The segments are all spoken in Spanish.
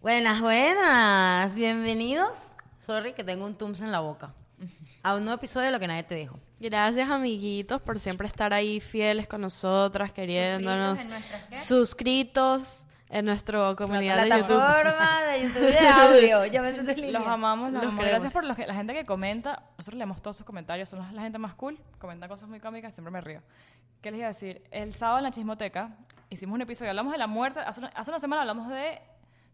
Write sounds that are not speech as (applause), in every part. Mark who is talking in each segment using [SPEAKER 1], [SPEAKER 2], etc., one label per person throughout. [SPEAKER 1] Buenas, buenas. Bienvenidos. Sorry que tengo un tums en la boca. A un nuevo episodio de Lo que nadie te dijo.
[SPEAKER 2] Gracias, amiguitos, por siempre estar ahí fieles con nosotras, queriéndonos.
[SPEAKER 3] Suscritos en nuestras, ¿qué?
[SPEAKER 2] suscritos en nuestra comunidad de YouTube.
[SPEAKER 3] plataforma de YouTube de audio. Yo me siento
[SPEAKER 4] Los amamos,
[SPEAKER 2] Los
[SPEAKER 4] los, amamos.
[SPEAKER 2] queremos.
[SPEAKER 4] Gracias por los que- la gente que comenta. Nosotros leemos todos sus comentarios. Son los- la gente más cool. Comentan cosas muy cómicas. Siempre me río. ¿Qué les iba a decir? El sábado en la chismoteca hicimos un episodio. Hablamos de la muerte. Hace una, hace una semana hablamos de.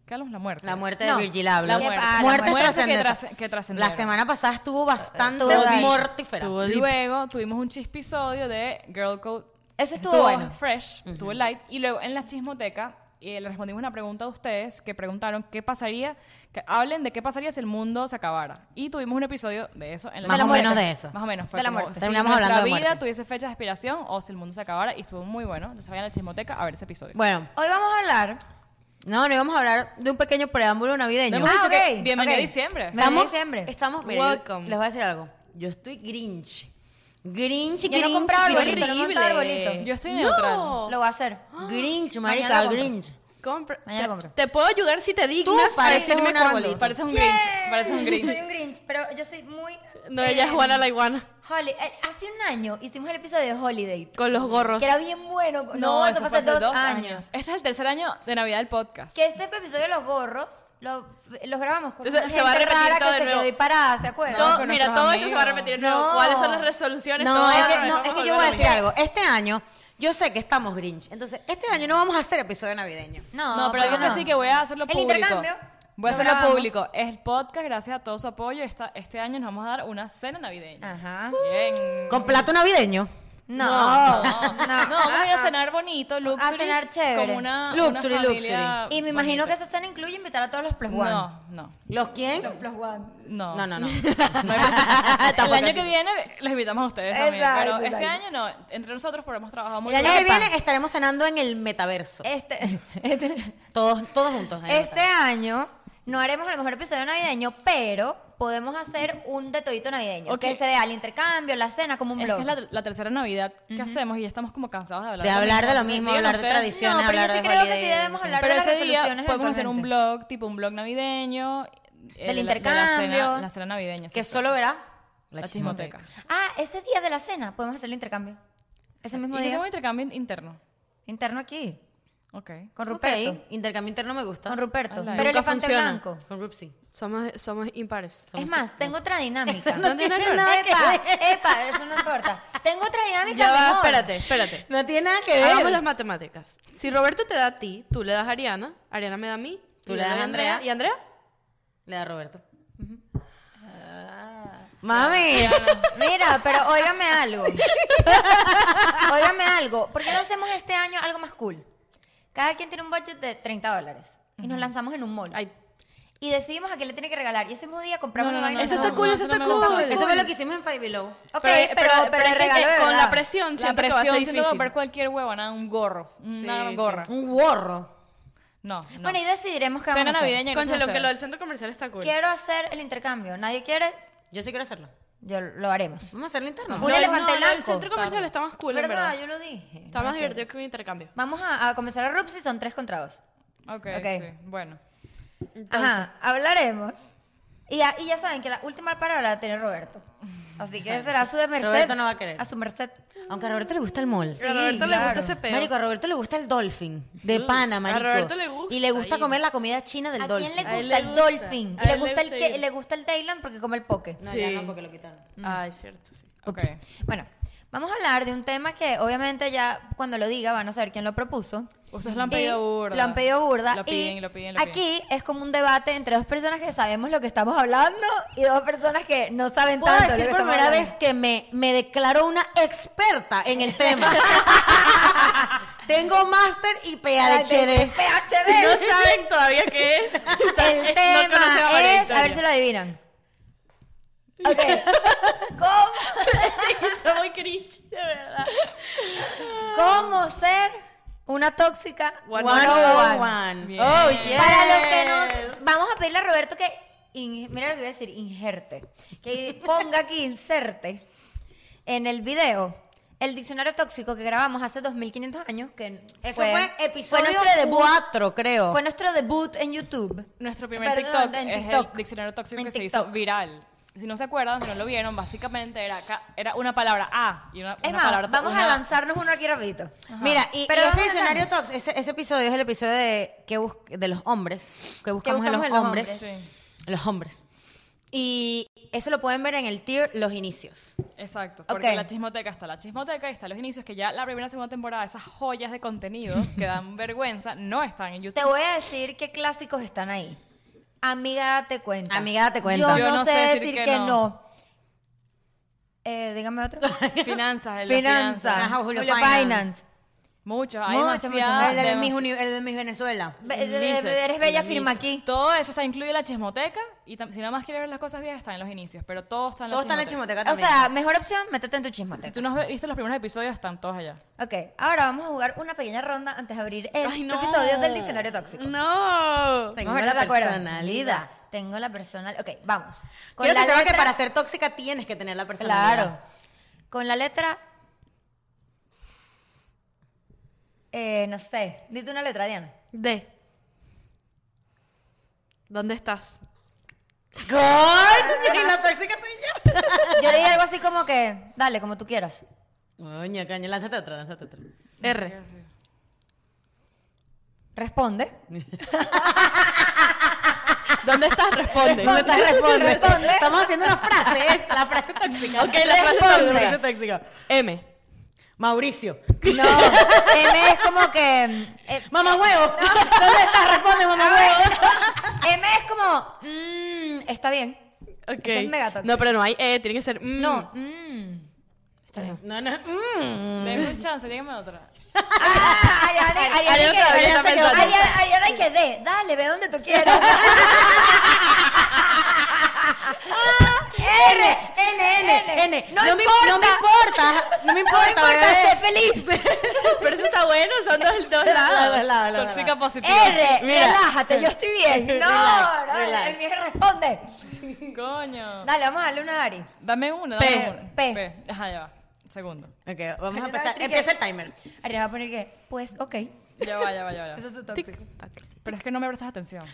[SPEAKER 4] ¿Qué hablamos? La muerte.
[SPEAKER 1] La muerte
[SPEAKER 3] No,
[SPEAKER 1] de Virgil habla.
[SPEAKER 4] la muerte.
[SPEAKER 3] Ah, la
[SPEAKER 1] Muertes
[SPEAKER 4] muerte.
[SPEAKER 1] trascendentes.
[SPEAKER 4] Que trasce- que trascendieron.
[SPEAKER 1] La semana pasada estuvo bastante
[SPEAKER 3] Estuvo ahí.
[SPEAKER 1] mortífera.
[SPEAKER 2] Estuvo deep.
[SPEAKER 4] Luego tuvimos un chispisodio de Girl Code.
[SPEAKER 3] Eso estuvo bueno.
[SPEAKER 4] fresh, estuvo light. Y luego en la chismoteca eh, le respondimos una pregunta a ustedes que preguntaron qué pasaría, que hablen de qué pasaría si el mundo se acabara. Y tuvimos un episodio de eso en la
[SPEAKER 1] Más
[SPEAKER 3] la
[SPEAKER 1] o
[SPEAKER 3] muerte.
[SPEAKER 1] menos de eso.
[SPEAKER 4] Más o menos. Fue
[SPEAKER 3] De la
[SPEAKER 4] como
[SPEAKER 3] muerte.
[SPEAKER 4] Si
[SPEAKER 1] Terminamos
[SPEAKER 4] nuestra
[SPEAKER 1] hablando de
[SPEAKER 4] vida
[SPEAKER 1] muerte.
[SPEAKER 4] tuviese fecha de expiración o si el mundo se acabara y estuvo muy bueno. Entonces vayan a la chismoteca a ver ese episodio.
[SPEAKER 1] Bueno,
[SPEAKER 3] Hoy vamos a hablar.
[SPEAKER 1] no, no íbamos a hablar de un pequeño preámbulo
[SPEAKER 4] No
[SPEAKER 1] navideño.
[SPEAKER 4] hemos
[SPEAKER 3] Ah,
[SPEAKER 4] dicho que
[SPEAKER 3] ok,
[SPEAKER 4] bienvenido
[SPEAKER 3] ok.
[SPEAKER 4] a diciembre.
[SPEAKER 3] Me- Bienvenido diciembre.
[SPEAKER 1] Estamos, mira, yo-
[SPEAKER 2] Welcome.
[SPEAKER 1] les voy a decir algo. Yo estoy grinch. Grinch,
[SPEAKER 3] Yo no
[SPEAKER 1] grinch,
[SPEAKER 3] he comprado
[SPEAKER 1] grinch.
[SPEAKER 3] arbolito, no he comprado
[SPEAKER 2] horrible.
[SPEAKER 3] arbolito.
[SPEAKER 4] Yo estoy neutral.
[SPEAKER 3] Lo voy a hacer.
[SPEAKER 1] Grinch,
[SPEAKER 3] Mañana
[SPEAKER 1] marica,
[SPEAKER 3] lo compro.
[SPEAKER 1] grinch.
[SPEAKER 2] Compra-
[SPEAKER 3] Mañana
[SPEAKER 2] te-
[SPEAKER 3] compro.
[SPEAKER 2] Te puedo ayudar si te dignas a
[SPEAKER 1] pareces
[SPEAKER 2] decirme
[SPEAKER 1] un
[SPEAKER 2] cuándo.
[SPEAKER 1] arbolito.
[SPEAKER 4] Pareces un
[SPEAKER 3] Yeah.
[SPEAKER 4] Grinch. Pareces un
[SPEAKER 3] Soy
[SPEAKER 4] Grinch.
[SPEAKER 3] un Grinch, pero yo soy muy.
[SPEAKER 2] No, ella es
[SPEAKER 3] eh,
[SPEAKER 2] Juana la iguana.
[SPEAKER 3] Holly, eh, hace un año hicimos el episodio de Holiday.
[SPEAKER 2] Con los gorros.
[SPEAKER 3] Que era bien bueno. No, eso, fue hace dos, años.
[SPEAKER 4] Este es el tercer año de Navidad del podcast.
[SPEAKER 3] Que ese episodio de los gorros lo- los grabamos con
[SPEAKER 2] Se-
[SPEAKER 3] una
[SPEAKER 2] se
[SPEAKER 3] gente
[SPEAKER 2] va a repetir
[SPEAKER 3] rara
[SPEAKER 2] todo
[SPEAKER 3] que
[SPEAKER 2] de
[SPEAKER 3] se
[SPEAKER 2] nuevo.
[SPEAKER 3] quedó ahí parada, ¿se acuerdan?
[SPEAKER 2] Todo-
[SPEAKER 4] con
[SPEAKER 2] mira,
[SPEAKER 4] nuestros
[SPEAKER 2] todo esto se va a
[SPEAKER 4] amigos.
[SPEAKER 2] repetir de nuevo.
[SPEAKER 3] No.
[SPEAKER 2] ¿Cuáles son las resoluciones?
[SPEAKER 1] No,
[SPEAKER 2] Todo
[SPEAKER 1] es
[SPEAKER 2] otra
[SPEAKER 1] que,
[SPEAKER 2] vez.
[SPEAKER 1] no,
[SPEAKER 2] Vamos
[SPEAKER 1] es que
[SPEAKER 2] a
[SPEAKER 1] yo
[SPEAKER 2] volver
[SPEAKER 1] voy a
[SPEAKER 2] lo
[SPEAKER 1] decir algo. Este año, yo sé que estamos Grinch. Entonces, este año no vamos a hacer episodio navideño.
[SPEAKER 3] No,
[SPEAKER 4] No, pero yo
[SPEAKER 3] no.
[SPEAKER 4] que sí que voy a hacerlo
[SPEAKER 3] El
[SPEAKER 4] público.
[SPEAKER 3] intercambio,
[SPEAKER 4] Voy a
[SPEAKER 3] lo
[SPEAKER 4] hacerlo
[SPEAKER 3] grabamos.
[SPEAKER 4] público. El podcast, gracias a todo su apoyo, esta, este año nos vamos a dar una cena navideña.
[SPEAKER 3] Ajá.
[SPEAKER 4] Bien.
[SPEAKER 1] Con plato navideño.
[SPEAKER 3] Ah. No. ah,
[SPEAKER 4] No, vamos a ir a cenar bonito, luxury.
[SPEAKER 3] cenar chévere.
[SPEAKER 4] Como una, una
[SPEAKER 1] Luxury, luxury.
[SPEAKER 4] familia
[SPEAKER 3] Y me imagino que
[SPEAKER 4] bonita.
[SPEAKER 3] esa cena incluye invitar a todos los plus one.
[SPEAKER 4] No, no,
[SPEAKER 1] ¿Los quién?
[SPEAKER 3] Plus one.
[SPEAKER 4] (laughs)
[SPEAKER 1] (laughs)
[SPEAKER 4] no.
[SPEAKER 1] No, no, no.
[SPEAKER 4] No hay presupuesto. el
[SPEAKER 1] Tampoco
[SPEAKER 4] año
[SPEAKER 1] aquí.
[SPEAKER 4] que viene los invitamos a ustedes
[SPEAKER 3] Exacto,
[SPEAKER 4] también. Pero este
[SPEAKER 3] exacto.
[SPEAKER 4] año no. Entre nosotros, porque hemos trabajado muy
[SPEAKER 1] El año
[SPEAKER 4] duro.
[SPEAKER 1] que viene estaremos cenando en el metaverso.
[SPEAKER 3] Este, (laughs) este,
[SPEAKER 1] Todos, todos juntos. en el
[SPEAKER 3] este año no haremos el mejor episodio navideño, pero podemos hacer un de todito navideño.
[SPEAKER 4] Ok.
[SPEAKER 3] Que se vea el intercambio, la cena, como un
[SPEAKER 4] Es que
[SPEAKER 3] blog.
[SPEAKER 4] es la, la tercera Navidad que hacemos y ya estamos como cansados de hablar
[SPEAKER 1] De hablar de lo mismo,
[SPEAKER 4] Entonces,
[SPEAKER 1] hablar de
[SPEAKER 4] díganos ustedes,
[SPEAKER 1] tradiciones,
[SPEAKER 3] No, pero yo
[SPEAKER 1] hablar
[SPEAKER 3] sí
[SPEAKER 1] de
[SPEAKER 3] creo que sí
[SPEAKER 1] holidays,
[SPEAKER 3] debemos
[SPEAKER 1] en fin.
[SPEAKER 3] hablar de
[SPEAKER 4] Pero
[SPEAKER 3] las
[SPEAKER 4] ese día
[SPEAKER 3] resoluciones
[SPEAKER 4] podemos hacer un
[SPEAKER 3] eventualmente.
[SPEAKER 4] blog, tipo un blog navideño. eh,
[SPEAKER 3] Del
[SPEAKER 4] de la- de La,
[SPEAKER 3] intercambio.
[SPEAKER 4] cena- la cena navideña.
[SPEAKER 1] Que
[SPEAKER 4] sí,
[SPEAKER 1] solo verá
[SPEAKER 4] La, chismoteca.
[SPEAKER 3] Ah, ese día de la cena podemos hacer el intercambio. Ese mismo
[SPEAKER 4] Y que sea un
[SPEAKER 3] día.
[SPEAKER 4] intercambio interno.
[SPEAKER 3] Interno aquí,
[SPEAKER 4] Ok.
[SPEAKER 3] con
[SPEAKER 1] Ok,
[SPEAKER 3] Ruperto.
[SPEAKER 1] intercambio interno me gusta. Ah,
[SPEAKER 3] Con Ruperto.
[SPEAKER 4] Ala.
[SPEAKER 3] Pero
[SPEAKER 2] Nunca
[SPEAKER 3] elefante
[SPEAKER 2] funciona.
[SPEAKER 3] blanco.
[SPEAKER 1] Con Rupsi.
[SPEAKER 2] Somos, somos impares.
[SPEAKER 3] Es más, tengo otra dinámica.
[SPEAKER 2] No tiene nada que
[SPEAKER 3] epa, epa, eso no importa. Tengo otra dinámica
[SPEAKER 2] Ya va,
[SPEAKER 3] mejor.
[SPEAKER 2] espérate, espérate.
[SPEAKER 1] No tiene nada que
[SPEAKER 2] Hagamos
[SPEAKER 1] ver.
[SPEAKER 2] las matemáticas. Si Roberto te da a ti, tú le das a Ariana, Ariana me da a mí,
[SPEAKER 1] Tú
[SPEAKER 2] yo
[SPEAKER 1] le das a Andrea.
[SPEAKER 2] ¿Y Andrea?
[SPEAKER 1] Le da Roberto. Mami.
[SPEAKER 3] Mira, pero óigame
[SPEAKER 2] (laughs)
[SPEAKER 3] algo. óigame algo. ¿Por qué no hacemos este año algo más cool? Cada quien tiene un budget de 30 dólares. Y nos lanzamos en un mall.
[SPEAKER 2] Ay,
[SPEAKER 3] Y decidimos a quién le tiene que regalar. Y ese mismo día compramos
[SPEAKER 4] No,
[SPEAKER 3] una
[SPEAKER 4] no,
[SPEAKER 3] vaina.
[SPEAKER 4] no,
[SPEAKER 2] eso
[SPEAKER 4] no,
[SPEAKER 2] está
[SPEAKER 4] no,
[SPEAKER 2] cool,
[SPEAKER 4] no,
[SPEAKER 2] eso
[SPEAKER 4] eso
[SPEAKER 2] está
[SPEAKER 4] no me
[SPEAKER 2] cool.
[SPEAKER 4] gustó.
[SPEAKER 1] Eso fue lo que hicimos en Five Below.
[SPEAKER 3] Ok,
[SPEAKER 2] Pero- eh,
[SPEAKER 3] pero,
[SPEAKER 2] pero-
[SPEAKER 3] pero,
[SPEAKER 2] pero es
[SPEAKER 3] el
[SPEAKER 2] que
[SPEAKER 3] regalo de
[SPEAKER 2] con la
[SPEAKER 3] verdad.
[SPEAKER 2] presión
[SPEAKER 4] La
[SPEAKER 2] siento que va a ser
[SPEAKER 4] presión, siento que
[SPEAKER 2] difícil.
[SPEAKER 4] comprar cualquier huevona, un gorro, una
[SPEAKER 2] Sí,
[SPEAKER 4] gorra.
[SPEAKER 1] Un gorro.
[SPEAKER 4] No, no.
[SPEAKER 3] Bueno, y decidiremos qué vamos
[SPEAKER 4] Cena
[SPEAKER 3] a hacer.
[SPEAKER 4] navideña. gracias a
[SPEAKER 2] Conchale, aunque lo del
[SPEAKER 4] ustedes.
[SPEAKER 2] centro comercial está cool.
[SPEAKER 3] Quiero hacer el intercambio. Nadie quiere,
[SPEAKER 1] Yo sí quiero hacerlo.
[SPEAKER 3] yo lo haremos.
[SPEAKER 1] Vamos a hacerlo interno.
[SPEAKER 3] Un elefante
[SPEAKER 2] no,
[SPEAKER 3] blanco.
[SPEAKER 2] El centro comercial está más cool, en
[SPEAKER 3] ¿Verdad?
[SPEAKER 2] verdad.
[SPEAKER 3] Yo lo dije.
[SPEAKER 2] Está
[SPEAKER 3] No
[SPEAKER 2] más
[SPEAKER 3] me
[SPEAKER 2] divertido
[SPEAKER 3] acuerdo.
[SPEAKER 2] que un intercambio.
[SPEAKER 3] Vamos a, a comenzar a Rupsi, son tres contra dos.
[SPEAKER 4] Ok,
[SPEAKER 3] Ok.
[SPEAKER 4] sí. Bueno.
[SPEAKER 3] Ajá, hablaremos. Y, ya- y ya saben que la última palabra la tiene Roberto. Así que será a su de merced.
[SPEAKER 1] Roberto no va a querer.
[SPEAKER 3] A su merced.
[SPEAKER 1] Aunque a Roberto le gusta el mall.
[SPEAKER 2] a Roberto le
[SPEAKER 3] claro.
[SPEAKER 2] gusta ese peo.
[SPEAKER 1] Marico, a Roberto le gusta el dolphin de pana, marico.
[SPEAKER 2] Roberto le gusta
[SPEAKER 1] Y le gusta
[SPEAKER 2] ir.
[SPEAKER 1] comer la comida china del
[SPEAKER 3] ¿A
[SPEAKER 1] dolphin.
[SPEAKER 3] quién le
[SPEAKER 2] A
[SPEAKER 3] gusta
[SPEAKER 2] él le
[SPEAKER 3] el
[SPEAKER 2] gusta.
[SPEAKER 3] dolphin?
[SPEAKER 2] A
[SPEAKER 3] Y le
[SPEAKER 2] él le
[SPEAKER 3] gusta el
[SPEAKER 2] gusta
[SPEAKER 3] que
[SPEAKER 2] ir.
[SPEAKER 3] le gusta el Thailand porque come el poke.
[SPEAKER 1] No,
[SPEAKER 2] Sí.
[SPEAKER 1] ya no, porque lo quitaron.
[SPEAKER 2] Ay, cierto, sí.
[SPEAKER 4] Ok.
[SPEAKER 3] Ups. Bueno, vamos a hablar de un tema que obviamente ya cuando lo diga van a saber quién lo propuso.
[SPEAKER 4] Ustedes lo han
[SPEAKER 3] Y
[SPEAKER 4] pedido burda.
[SPEAKER 3] Lo han pedido burda.
[SPEAKER 4] Lo
[SPEAKER 3] y
[SPEAKER 4] piden, lo piden, lo piden.
[SPEAKER 3] Aquí es como un debate entre dos personas que sabemos lo que estamos hablando y dos personas que no saben
[SPEAKER 1] Puedo
[SPEAKER 3] tanto.
[SPEAKER 1] decir
[SPEAKER 3] lo que
[SPEAKER 1] por
[SPEAKER 3] estamos
[SPEAKER 1] primera
[SPEAKER 3] hablando.
[SPEAKER 1] vez que me, me declaro una experta en el tema. (laughs) Tengo máster y PhD.
[SPEAKER 2] Si
[SPEAKER 3] PhD.
[SPEAKER 2] (laughs) no saben todavía qué
[SPEAKER 1] (laughs)
[SPEAKER 2] es. (laughs)
[SPEAKER 3] El
[SPEAKER 2] no
[SPEAKER 3] tema
[SPEAKER 2] conocen a María
[SPEAKER 3] es, a ver
[SPEAKER 2] Victoria.
[SPEAKER 3] si lo adivinan.
[SPEAKER 1] (laughs)
[SPEAKER 3] Ok. ¿Cómo,
[SPEAKER 2] Está muy cringe, de verdad.
[SPEAKER 3] cómo ser una tóxica
[SPEAKER 2] One
[SPEAKER 3] 101?
[SPEAKER 4] Bien.
[SPEAKER 1] Oh, yes.
[SPEAKER 3] Para los que no, vamos a pedirle a Roberto que, in- mira lo que voy a decir, ingerte, que ponga aquí, inserte en el video el diccionario tóxico que grabamos hace 2500 años, que
[SPEAKER 1] Eso fue, episodio
[SPEAKER 3] nuestro debut,
[SPEAKER 1] 4, creo.
[SPEAKER 3] fue nuestro debut en YouTube.
[SPEAKER 4] Nuestro primer
[SPEAKER 3] Perdón,
[SPEAKER 4] TikTok
[SPEAKER 3] en
[SPEAKER 4] es
[SPEAKER 3] TikTok.
[SPEAKER 4] el diccionario tóxico
[SPEAKER 3] En
[SPEAKER 4] que se
[SPEAKER 3] TikTok.
[SPEAKER 4] hizo viral. Si no se acuerdan, si no lo vieron, básicamente era, ca- era una palabra A y una,
[SPEAKER 3] Es
[SPEAKER 4] una
[SPEAKER 3] más,
[SPEAKER 4] palabra...
[SPEAKER 3] vamos
[SPEAKER 4] una-
[SPEAKER 3] a lanzarnos uno aquí rapidito.
[SPEAKER 1] Mira, y,
[SPEAKER 3] Pero
[SPEAKER 1] y
[SPEAKER 3] vamos
[SPEAKER 1] ese
[SPEAKER 3] a
[SPEAKER 1] diccionario tóxico, ese, ese episodio es el episodio de, que bus- de los hombres, que buscamos, en los,
[SPEAKER 3] buscamos en los
[SPEAKER 1] hombres,
[SPEAKER 3] hombres.
[SPEAKER 4] Sí,
[SPEAKER 1] los hombres. Y eso lo pueden ver en el tier Los Inicios.
[SPEAKER 4] exacto. Porque
[SPEAKER 3] Ok.
[SPEAKER 4] en la chismoteca está la chismoteca y está los inicios, que ya la primera y segunda temporada, esas joyas de contenido que dan vergüenza, no están en YouTube.
[SPEAKER 3] Te voy a decir qué clásicos están ahí. Amiga, date cuenta.
[SPEAKER 1] Amiga, date cuenta.
[SPEAKER 3] Yo, no, sé decir, que, no. Eh, dígame otro.
[SPEAKER 4] Finanzas, el de finanzas.
[SPEAKER 3] Finanza.
[SPEAKER 1] Ajá, Julio
[SPEAKER 3] Julio
[SPEAKER 1] Finance.
[SPEAKER 3] Finance.
[SPEAKER 4] Muchos, hay
[SPEAKER 3] Muchos, muchos.
[SPEAKER 4] demasiadas,
[SPEAKER 1] el, de mis
[SPEAKER 4] demasiadas.
[SPEAKER 1] uni- el de mis Ah, Venezuela.
[SPEAKER 3] Be- de- de-
[SPEAKER 4] Mises,
[SPEAKER 3] Eres bella,
[SPEAKER 1] de
[SPEAKER 3] firma
[SPEAKER 1] Mises.
[SPEAKER 3] aquí.
[SPEAKER 4] Todo eso está incluido en la chismoteca y tam- si nada más quieres ver las cosas viejas está en los inicios, pero todo está en la
[SPEAKER 1] Todos están en la
[SPEAKER 4] chismoteca.
[SPEAKER 1] chismoteca
[SPEAKER 3] O
[SPEAKER 1] también.
[SPEAKER 3] sea, mejor opción, métete en tu
[SPEAKER 4] Si
[SPEAKER 3] chismoteca.
[SPEAKER 4] tú no has visto los primeros episodios están todos allá.
[SPEAKER 3] Ok, ahora vamos a jugar una pequeña ronda antes de abrir el
[SPEAKER 2] Ay, no.
[SPEAKER 3] episodio del diccionario tóxico.
[SPEAKER 2] No.
[SPEAKER 1] Tengo
[SPEAKER 3] Vamos a ver
[SPEAKER 1] la
[SPEAKER 3] si se acuerdan.
[SPEAKER 1] personalidad.
[SPEAKER 3] Tengo la personal. Ok, vamos. Con
[SPEAKER 1] Quiero
[SPEAKER 3] la
[SPEAKER 1] que sepan que
[SPEAKER 3] letra-
[SPEAKER 1] para ser tóxica tienes que tener la personalidad.
[SPEAKER 3] Claro. Con la letra. Eh, no sé. Dite una letra, Diana.
[SPEAKER 2] D. ¿Dónde estás?
[SPEAKER 1] ¡Coño! Y la tóxica soy yo.
[SPEAKER 3] Yo diría algo así como que. Dale, como tú quieras.
[SPEAKER 1] Coño, caño, lánzate otra, lánzate otra.
[SPEAKER 2] R.
[SPEAKER 3] Responde.
[SPEAKER 2] ¿Dónde
[SPEAKER 1] (laughs)
[SPEAKER 2] estás? Responde.
[SPEAKER 3] Responde. Responde.
[SPEAKER 1] Estamos haciendo una frase, ¿eh? la frase tóxica.
[SPEAKER 2] Ok, la frase tóxica.
[SPEAKER 1] La frase tóxica.
[SPEAKER 2] M.
[SPEAKER 1] Mauricio.
[SPEAKER 3] No. M es como que. eh,
[SPEAKER 1] Mamá huevo. (laughs) ¿Dónde estás? Responde, mamá huevo.
[SPEAKER 3] M es como. Mmm, está bien.
[SPEAKER 2] Ok.
[SPEAKER 3] Ese Este es mega tóxico.
[SPEAKER 2] no, pero no hay E, tiene que ser mm.
[SPEAKER 3] No. Mmm. Está bien.
[SPEAKER 1] No, no. mm.
[SPEAKER 4] Denme un chance, dígame otra.
[SPEAKER 3] Ah, Ariana, Ariana,
[SPEAKER 2] Ariana
[SPEAKER 3] que-
[SPEAKER 2] todavía está
[SPEAKER 3] Ariana, que-
[SPEAKER 2] pensando.
[SPEAKER 3] Ariana- Ariana hay que dé. Dale, ve donde tú quieras.
[SPEAKER 1] (laughs) R, N, N, N.
[SPEAKER 3] No
[SPEAKER 1] me, no me importa. No me importa,
[SPEAKER 3] importa,
[SPEAKER 1] bebé.
[SPEAKER 3] sé
[SPEAKER 1] (laughs)
[SPEAKER 3] feliz.
[SPEAKER 2] (laughs) Pero eso está bueno, son dos,
[SPEAKER 3] (laughs)
[SPEAKER 2] dos
[SPEAKER 1] La, la, la,
[SPEAKER 2] lados.
[SPEAKER 1] la, la.
[SPEAKER 4] Tóxica positiva.
[SPEAKER 3] R,
[SPEAKER 1] Mira.
[SPEAKER 3] relájate, yo estoy
[SPEAKER 1] (laughs)
[SPEAKER 3] bien. No,
[SPEAKER 1] Relax,
[SPEAKER 3] no,
[SPEAKER 1] relax.
[SPEAKER 3] el viejo responde.
[SPEAKER 4] Coño.
[SPEAKER 3] Dale, vamos a darle una a Ari.
[SPEAKER 4] Dame una,
[SPEAKER 3] P.
[SPEAKER 4] dame una.
[SPEAKER 3] P.
[SPEAKER 4] Ajá, ya va. Segundo.
[SPEAKER 1] Ok, vamos a
[SPEAKER 3] Yo
[SPEAKER 1] empezar.
[SPEAKER 3] decía que-
[SPEAKER 1] Empieza el timer.
[SPEAKER 3] Ari va a poner que, pues, ok.
[SPEAKER 4] Ya va, ya va, ya va.
[SPEAKER 3] (laughs) Eso es su
[SPEAKER 2] Tic,
[SPEAKER 3] tóxico.
[SPEAKER 2] tac.
[SPEAKER 4] Pero es que no me prestas atención.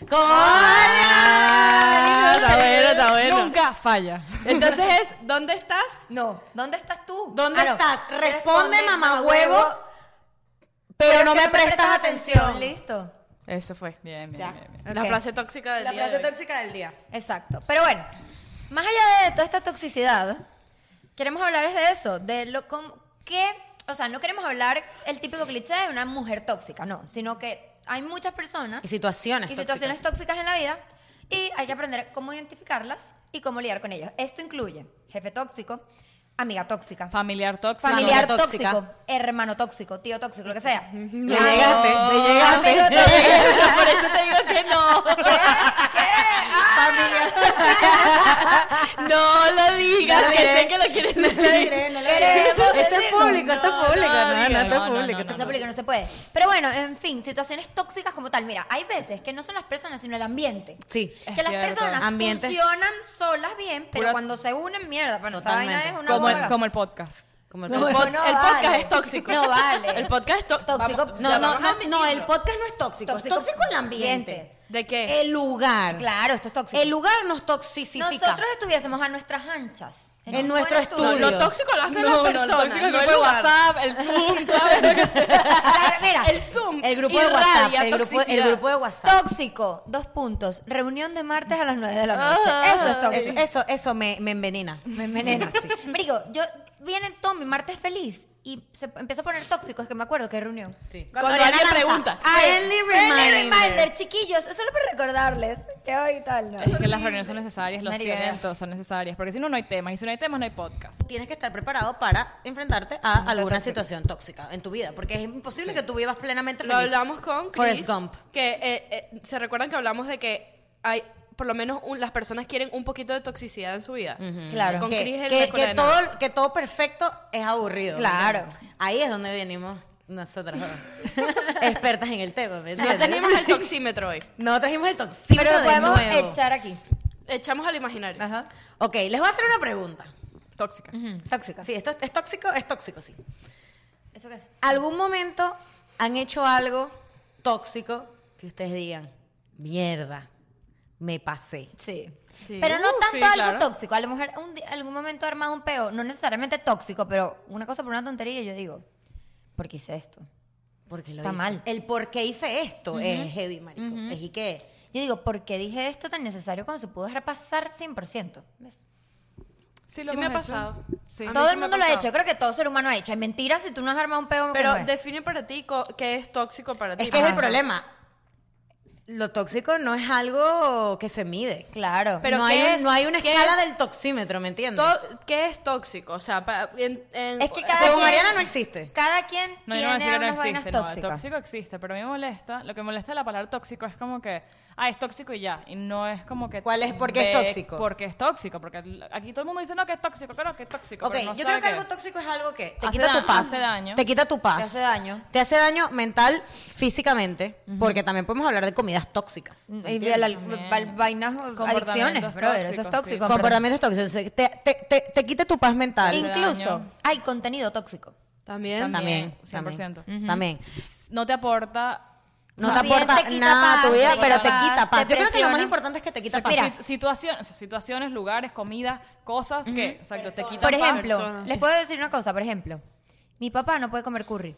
[SPEAKER 2] Ah, está bueno, está bueno.
[SPEAKER 4] Nunca falla.
[SPEAKER 2] Entonces es, ¿dónde estás?
[SPEAKER 3] No, ¿dónde estás tú?
[SPEAKER 1] ¿Dónde
[SPEAKER 3] Ah, no.
[SPEAKER 1] estás? Responde, mamahuevo,
[SPEAKER 3] pero
[SPEAKER 1] Pero no
[SPEAKER 3] que
[SPEAKER 1] me prestas atención.
[SPEAKER 3] Listo.
[SPEAKER 2] Eso fue.
[SPEAKER 4] Bien, bien,
[SPEAKER 1] Ya.
[SPEAKER 4] bien, bien.
[SPEAKER 2] La
[SPEAKER 3] Ok.
[SPEAKER 2] frase tóxica del
[SPEAKER 1] La
[SPEAKER 2] día
[SPEAKER 1] frase
[SPEAKER 2] de hoy.
[SPEAKER 1] tóxica del día.
[SPEAKER 3] Exacto. Pero bueno, más allá de toda esta toxicidad, queremos hablar es de eso, de lo com- que, o sea, no queremos hablar el típico cliché de una mujer tóxica, no, sino que hay muchas personas
[SPEAKER 1] Y situaciones.
[SPEAKER 3] y situaciones tóxicas en la vida y hay que aprender cómo identificarlas y cómo lidiar con ellas. Esto incluye jefe tóxico, amiga tóxica,
[SPEAKER 4] Familiar tóxico.
[SPEAKER 3] familiar
[SPEAKER 1] Familia tóxica.
[SPEAKER 3] tóxico, hermano tóxico, tío tóxico, lo que sea.
[SPEAKER 1] Me llegaste, me llegaste.
[SPEAKER 3] Amigo
[SPEAKER 1] (laughs)
[SPEAKER 3] tóxico.
[SPEAKER 2] Por eso te digo que no. No lo digas,
[SPEAKER 1] No
[SPEAKER 2] que
[SPEAKER 1] diré.
[SPEAKER 2] sé que lo quieres
[SPEAKER 1] No lo
[SPEAKER 2] decir.
[SPEAKER 1] diré, no lo diré.
[SPEAKER 3] Queremos
[SPEAKER 1] Esto es
[SPEAKER 3] decirlo.
[SPEAKER 1] público, esto es
[SPEAKER 4] No,
[SPEAKER 1] público.
[SPEAKER 4] no,
[SPEAKER 1] No, no,
[SPEAKER 4] amiga,
[SPEAKER 1] esto es
[SPEAKER 4] no, no,
[SPEAKER 1] público.
[SPEAKER 4] no,
[SPEAKER 1] esto
[SPEAKER 3] No se aplica, no se puede. Pero bueno, en fin, situaciones tóxicas como tal. Mira, hay veces que no son las personas, sino el ambiente.
[SPEAKER 1] Sí.
[SPEAKER 3] Que
[SPEAKER 4] Es
[SPEAKER 3] las
[SPEAKER 4] cierto.
[SPEAKER 3] personas
[SPEAKER 1] Ambiente.
[SPEAKER 3] funcionan solas bien, pero
[SPEAKER 4] Pura-
[SPEAKER 3] cuando se unen, mierda. Para esa
[SPEAKER 1] Totalmente.
[SPEAKER 3] vaina es una
[SPEAKER 4] Como
[SPEAKER 3] bola.
[SPEAKER 4] el, como el podcast.
[SPEAKER 1] Como el
[SPEAKER 3] No,
[SPEAKER 2] El,
[SPEAKER 1] podcast.
[SPEAKER 2] pod-
[SPEAKER 3] no
[SPEAKER 2] el
[SPEAKER 3] vale.
[SPEAKER 2] podcast es tóxico.
[SPEAKER 3] No vale.
[SPEAKER 2] El podcast es to-
[SPEAKER 3] Tóxico.
[SPEAKER 2] vamos-
[SPEAKER 1] No,
[SPEAKER 2] ya
[SPEAKER 1] no,
[SPEAKER 2] vamos a
[SPEAKER 1] no, no, el
[SPEAKER 2] admitirlo.
[SPEAKER 1] podcast no es tóxico.
[SPEAKER 3] Tóxico.
[SPEAKER 1] Es tóxico el ambiente.
[SPEAKER 2] ¿De qué?
[SPEAKER 1] El lugar.
[SPEAKER 3] Claro, esto es tóxico.
[SPEAKER 1] El lugar nos toxicifica.
[SPEAKER 3] Nosotros estuviésemos a nuestras anchas.
[SPEAKER 1] En nuestro
[SPEAKER 2] No,
[SPEAKER 1] estudio.
[SPEAKER 2] lo tóxico lo hacen
[SPEAKER 4] No, no,
[SPEAKER 2] las personas.
[SPEAKER 4] el tóxico, el
[SPEAKER 2] no
[SPEAKER 4] grupo
[SPEAKER 2] el
[SPEAKER 4] de
[SPEAKER 2] lugar.
[SPEAKER 4] WhatsApp, el Zoom,
[SPEAKER 1] (laughs)
[SPEAKER 4] claro.
[SPEAKER 3] Claro, mira,
[SPEAKER 2] El Zoom.
[SPEAKER 1] el grupo de
[SPEAKER 2] irradia
[SPEAKER 1] WhatsApp. El grupo, el
[SPEAKER 2] toxicidad.
[SPEAKER 1] grupo de WhatsApp.
[SPEAKER 3] tóxico, dos puntos. Reunión de martes a las 9 de la noche.
[SPEAKER 2] Ah,
[SPEAKER 3] eso es tóxico.
[SPEAKER 1] Eso, eso, eso me, me envenena.
[SPEAKER 3] Me envenena. (laughs) Marico, yo viene Tommy martes feliz y se empezó a poner tóxico, es que me acuerdo qué reunión.
[SPEAKER 2] Cuando alguien pregunta.
[SPEAKER 1] Friendly
[SPEAKER 3] Friendly
[SPEAKER 1] reminder.
[SPEAKER 3] reminder, chiquillos, es solo para recordarles que hoy tal, ¿no?
[SPEAKER 4] Es que las reuniones son necesarias, lo
[SPEAKER 3] Marica,
[SPEAKER 4] siento, son necesarias. Porque si no, no hay temas. Y si no hay temas, no hay podcast.
[SPEAKER 1] Tienes que estar preparado para enfrentarte a alguna
[SPEAKER 3] tóxica.
[SPEAKER 1] situación tóxica en tu vida. Porque es imposible que tú vivas plenamente
[SPEAKER 2] Lo
[SPEAKER 1] feliz.
[SPEAKER 2] hablamos con Chris.
[SPEAKER 1] Forrest Gump.
[SPEAKER 2] Que eh, eh, se recuerdan que hablamos de que hay, por lo menos un- las personas quieren un poquito de toxicidad en su vida.
[SPEAKER 3] Claro.
[SPEAKER 2] Con
[SPEAKER 1] que,
[SPEAKER 2] Chris el
[SPEAKER 1] que-
[SPEAKER 2] récord
[SPEAKER 1] que
[SPEAKER 2] de nada.
[SPEAKER 1] todo, que todo perfecto es aburrido.
[SPEAKER 3] Claro.
[SPEAKER 1] ¿entiendes? Ahí es donde venimos
[SPEAKER 3] (laughs)
[SPEAKER 1] nosotras dos. expertas en el tema. ¿me
[SPEAKER 2] No
[SPEAKER 1] entiendes?
[SPEAKER 2] tenemos
[SPEAKER 1] (laughs)
[SPEAKER 2] el toxímetro hoy.
[SPEAKER 1] No trajimos el toxímetro
[SPEAKER 3] Pero lo
[SPEAKER 1] de
[SPEAKER 3] podemos
[SPEAKER 1] nuevo.
[SPEAKER 3] echar aquí.
[SPEAKER 2] Echamos al imaginario.
[SPEAKER 3] Ajá.
[SPEAKER 1] Ok, les voy a hacer una pregunta.
[SPEAKER 4] Tóxica.
[SPEAKER 3] Ujú, Tóxica.
[SPEAKER 1] Sí, esto es tóxico, es tóxico, sí.
[SPEAKER 3] ¿Eso qué es?
[SPEAKER 1] ¿Algún momento han hecho algo tóxico que ustedes digan, mierda, me pasé?
[SPEAKER 3] Sí.
[SPEAKER 2] Sí.
[SPEAKER 3] Pero no
[SPEAKER 4] Uh,
[SPEAKER 3] tanto
[SPEAKER 4] sí,
[SPEAKER 3] algo
[SPEAKER 4] claro.
[SPEAKER 3] tóxico. A lo mejor un di- algún momento ha armado un peo, no necesariamente tóxico, pero una cosa por una tontería, yo digo, ¿por qué hice esto?
[SPEAKER 1] Porque lo
[SPEAKER 3] Está
[SPEAKER 1] hice.
[SPEAKER 3] mal.
[SPEAKER 1] El por qué hice esto es heavy, marico. Es y qué.
[SPEAKER 3] Yo digo, ¿por qué dije esto tan necesario cuando se pudo dejar pasar 100%? ¿Ves?
[SPEAKER 2] Sí
[SPEAKER 4] hemos
[SPEAKER 2] me ha
[SPEAKER 4] hecho.
[SPEAKER 2] pasado.
[SPEAKER 4] Sí.
[SPEAKER 2] A mí
[SPEAKER 3] Todo
[SPEAKER 2] sí
[SPEAKER 3] el
[SPEAKER 2] me ha
[SPEAKER 3] mundo lo ha
[SPEAKER 2] pasado.
[SPEAKER 3] hecho. Yo creo que todo ser humano ha hecho. Hay mentiras si tú no has armado un peo.
[SPEAKER 2] Pero
[SPEAKER 3] ¿cómo es?
[SPEAKER 2] define para ti co- qué es tóxico para ti.
[SPEAKER 1] Es que es el
[SPEAKER 2] Ajá.
[SPEAKER 1] problema. Lo tóxico no es algo que se mide.
[SPEAKER 3] Claro.
[SPEAKER 2] Pero
[SPEAKER 1] no,
[SPEAKER 2] ¿qué
[SPEAKER 1] hay, un-
[SPEAKER 2] es?
[SPEAKER 1] no hay una
[SPEAKER 2] ¿Qué
[SPEAKER 1] escala
[SPEAKER 2] es?
[SPEAKER 1] del toxímetro, ¿me entiendes?
[SPEAKER 2] To- ¿Qué es tóxico? O sea, pa- en- en-
[SPEAKER 3] Es que cada
[SPEAKER 1] Según
[SPEAKER 3] quien-
[SPEAKER 1] Mariana no existe.
[SPEAKER 3] Cada quien
[SPEAKER 4] No,
[SPEAKER 3] tiene
[SPEAKER 4] yo no voy a
[SPEAKER 3] unas
[SPEAKER 4] decir que no
[SPEAKER 3] vainas
[SPEAKER 4] existe. No, el
[SPEAKER 3] tóxicas.
[SPEAKER 4] tóxico existe, pero a mí me molesta. Lo que me molesta de la palabra tóxico es como que, ah, es tóxico y ya. Y no es como que.
[SPEAKER 1] ¿Cuál es? ¿Por qué es
[SPEAKER 4] ve
[SPEAKER 1] tóxico?
[SPEAKER 4] por qué es tóxico. Porque aquí todo el mundo dice, no, que es tóxico. Claro que es tóxico.
[SPEAKER 1] Ok,
[SPEAKER 4] pero no
[SPEAKER 1] yo
[SPEAKER 4] sabe
[SPEAKER 1] creo que
[SPEAKER 4] qué
[SPEAKER 1] algo
[SPEAKER 4] es.
[SPEAKER 1] tóxico es algo que te
[SPEAKER 4] Hace
[SPEAKER 1] quita tu
[SPEAKER 4] daño,
[SPEAKER 1] paz.
[SPEAKER 4] hace daño.
[SPEAKER 1] Te quita tu paz.
[SPEAKER 3] Te hace daño.
[SPEAKER 1] Te hace daño mental, físicamente, porque también podemos hablar de comidas tóxicas.
[SPEAKER 3] Y ve la-
[SPEAKER 4] También.
[SPEAKER 3] val- vainas, uh,
[SPEAKER 4] Comportamientos
[SPEAKER 3] adicciones, brother. Eso es
[SPEAKER 4] tóxicos, sí.
[SPEAKER 3] tóxico. en verdad.
[SPEAKER 1] Comportamientos tóxicos. Te, te, te, te quita tu paz mental.
[SPEAKER 4] Hace
[SPEAKER 3] Incluso
[SPEAKER 4] daño.
[SPEAKER 3] hay contenido tóxico.
[SPEAKER 1] También.
[SPEAKER 2] También.
[SPEAKER 4] También,
[SPEAKER 1] También.
[SPEAKER 4] 100%.
[SPEAKER 1] También.
[SPEAKER 4] No te aporta.
[SPEAKER 1] No
[SPEAKER 3] O sea,
[SPEAKER 1] te
[SPEAKER 3] bien,
[SPEAKER 1] aporta
[SPEAKER 3] te quita
[SPEAKER 1] nada a tu
[SPEAKER 3] paz,
[SPEAKER 1] vida,
[SPEAKER 3] te
[SPEAKER 1] pero
[SPEAKER 3] quita
[SPEAKER 1] te
[SPEAKER 3] paz,
[SPEAKER 1] quita paz.
[SPEAKER 3] te
[SPEAKER 1] Yo creo que lo más
[SPEAKER 3] presiona.
[SPEAKER 1] importante es que te quita paz.
[SPEAKER 3] Mira.
[SPEAKER 4] si- situaciones, o sea, situaciones, lugares, comidas, cosas que, exacto, te quitan
[SPEAKER 3] Por
[SPEAKER 4] paz.
[SPEAKER 3] ejemplo,
[SPEAKER 2] persona.
[SPEAKER 3] les puedo decir una cosa, por ejemplo, mi papá no puede comer curry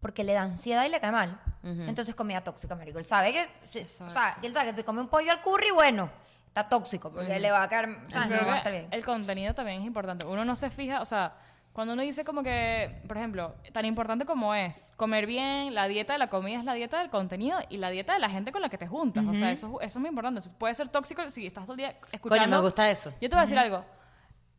[SPEAKER 3] porque le da ansiedad y le cae mal. Entonces comida tóxica, marico. Él sabe que, si- o sea, él sabe que si come un pollo al curry, bueno, está tóxico porque le va a caer, o sea, Ah, no
[SPEAKER 4] Creo
[SPEAKER 3] va a
[SPEAKER 4] que
[SPEAKER 3] estar bien.
[SPEAKER 4] el contenido también es importante. Uno no se fija, o sea, cuando uno dice como que, por ejemplo, tan importante como es comer bien, la dieta de la comida es la dieta del contenido y la dieta de la gente con la que te juntas. O sea, eso, eso es muy importante. Entonces, puede ser tóxico si estás todo el día escuchando.
[SPEAKER 1] me gusta eso.
[SPEAKER 4] Yo te voy a decir algo.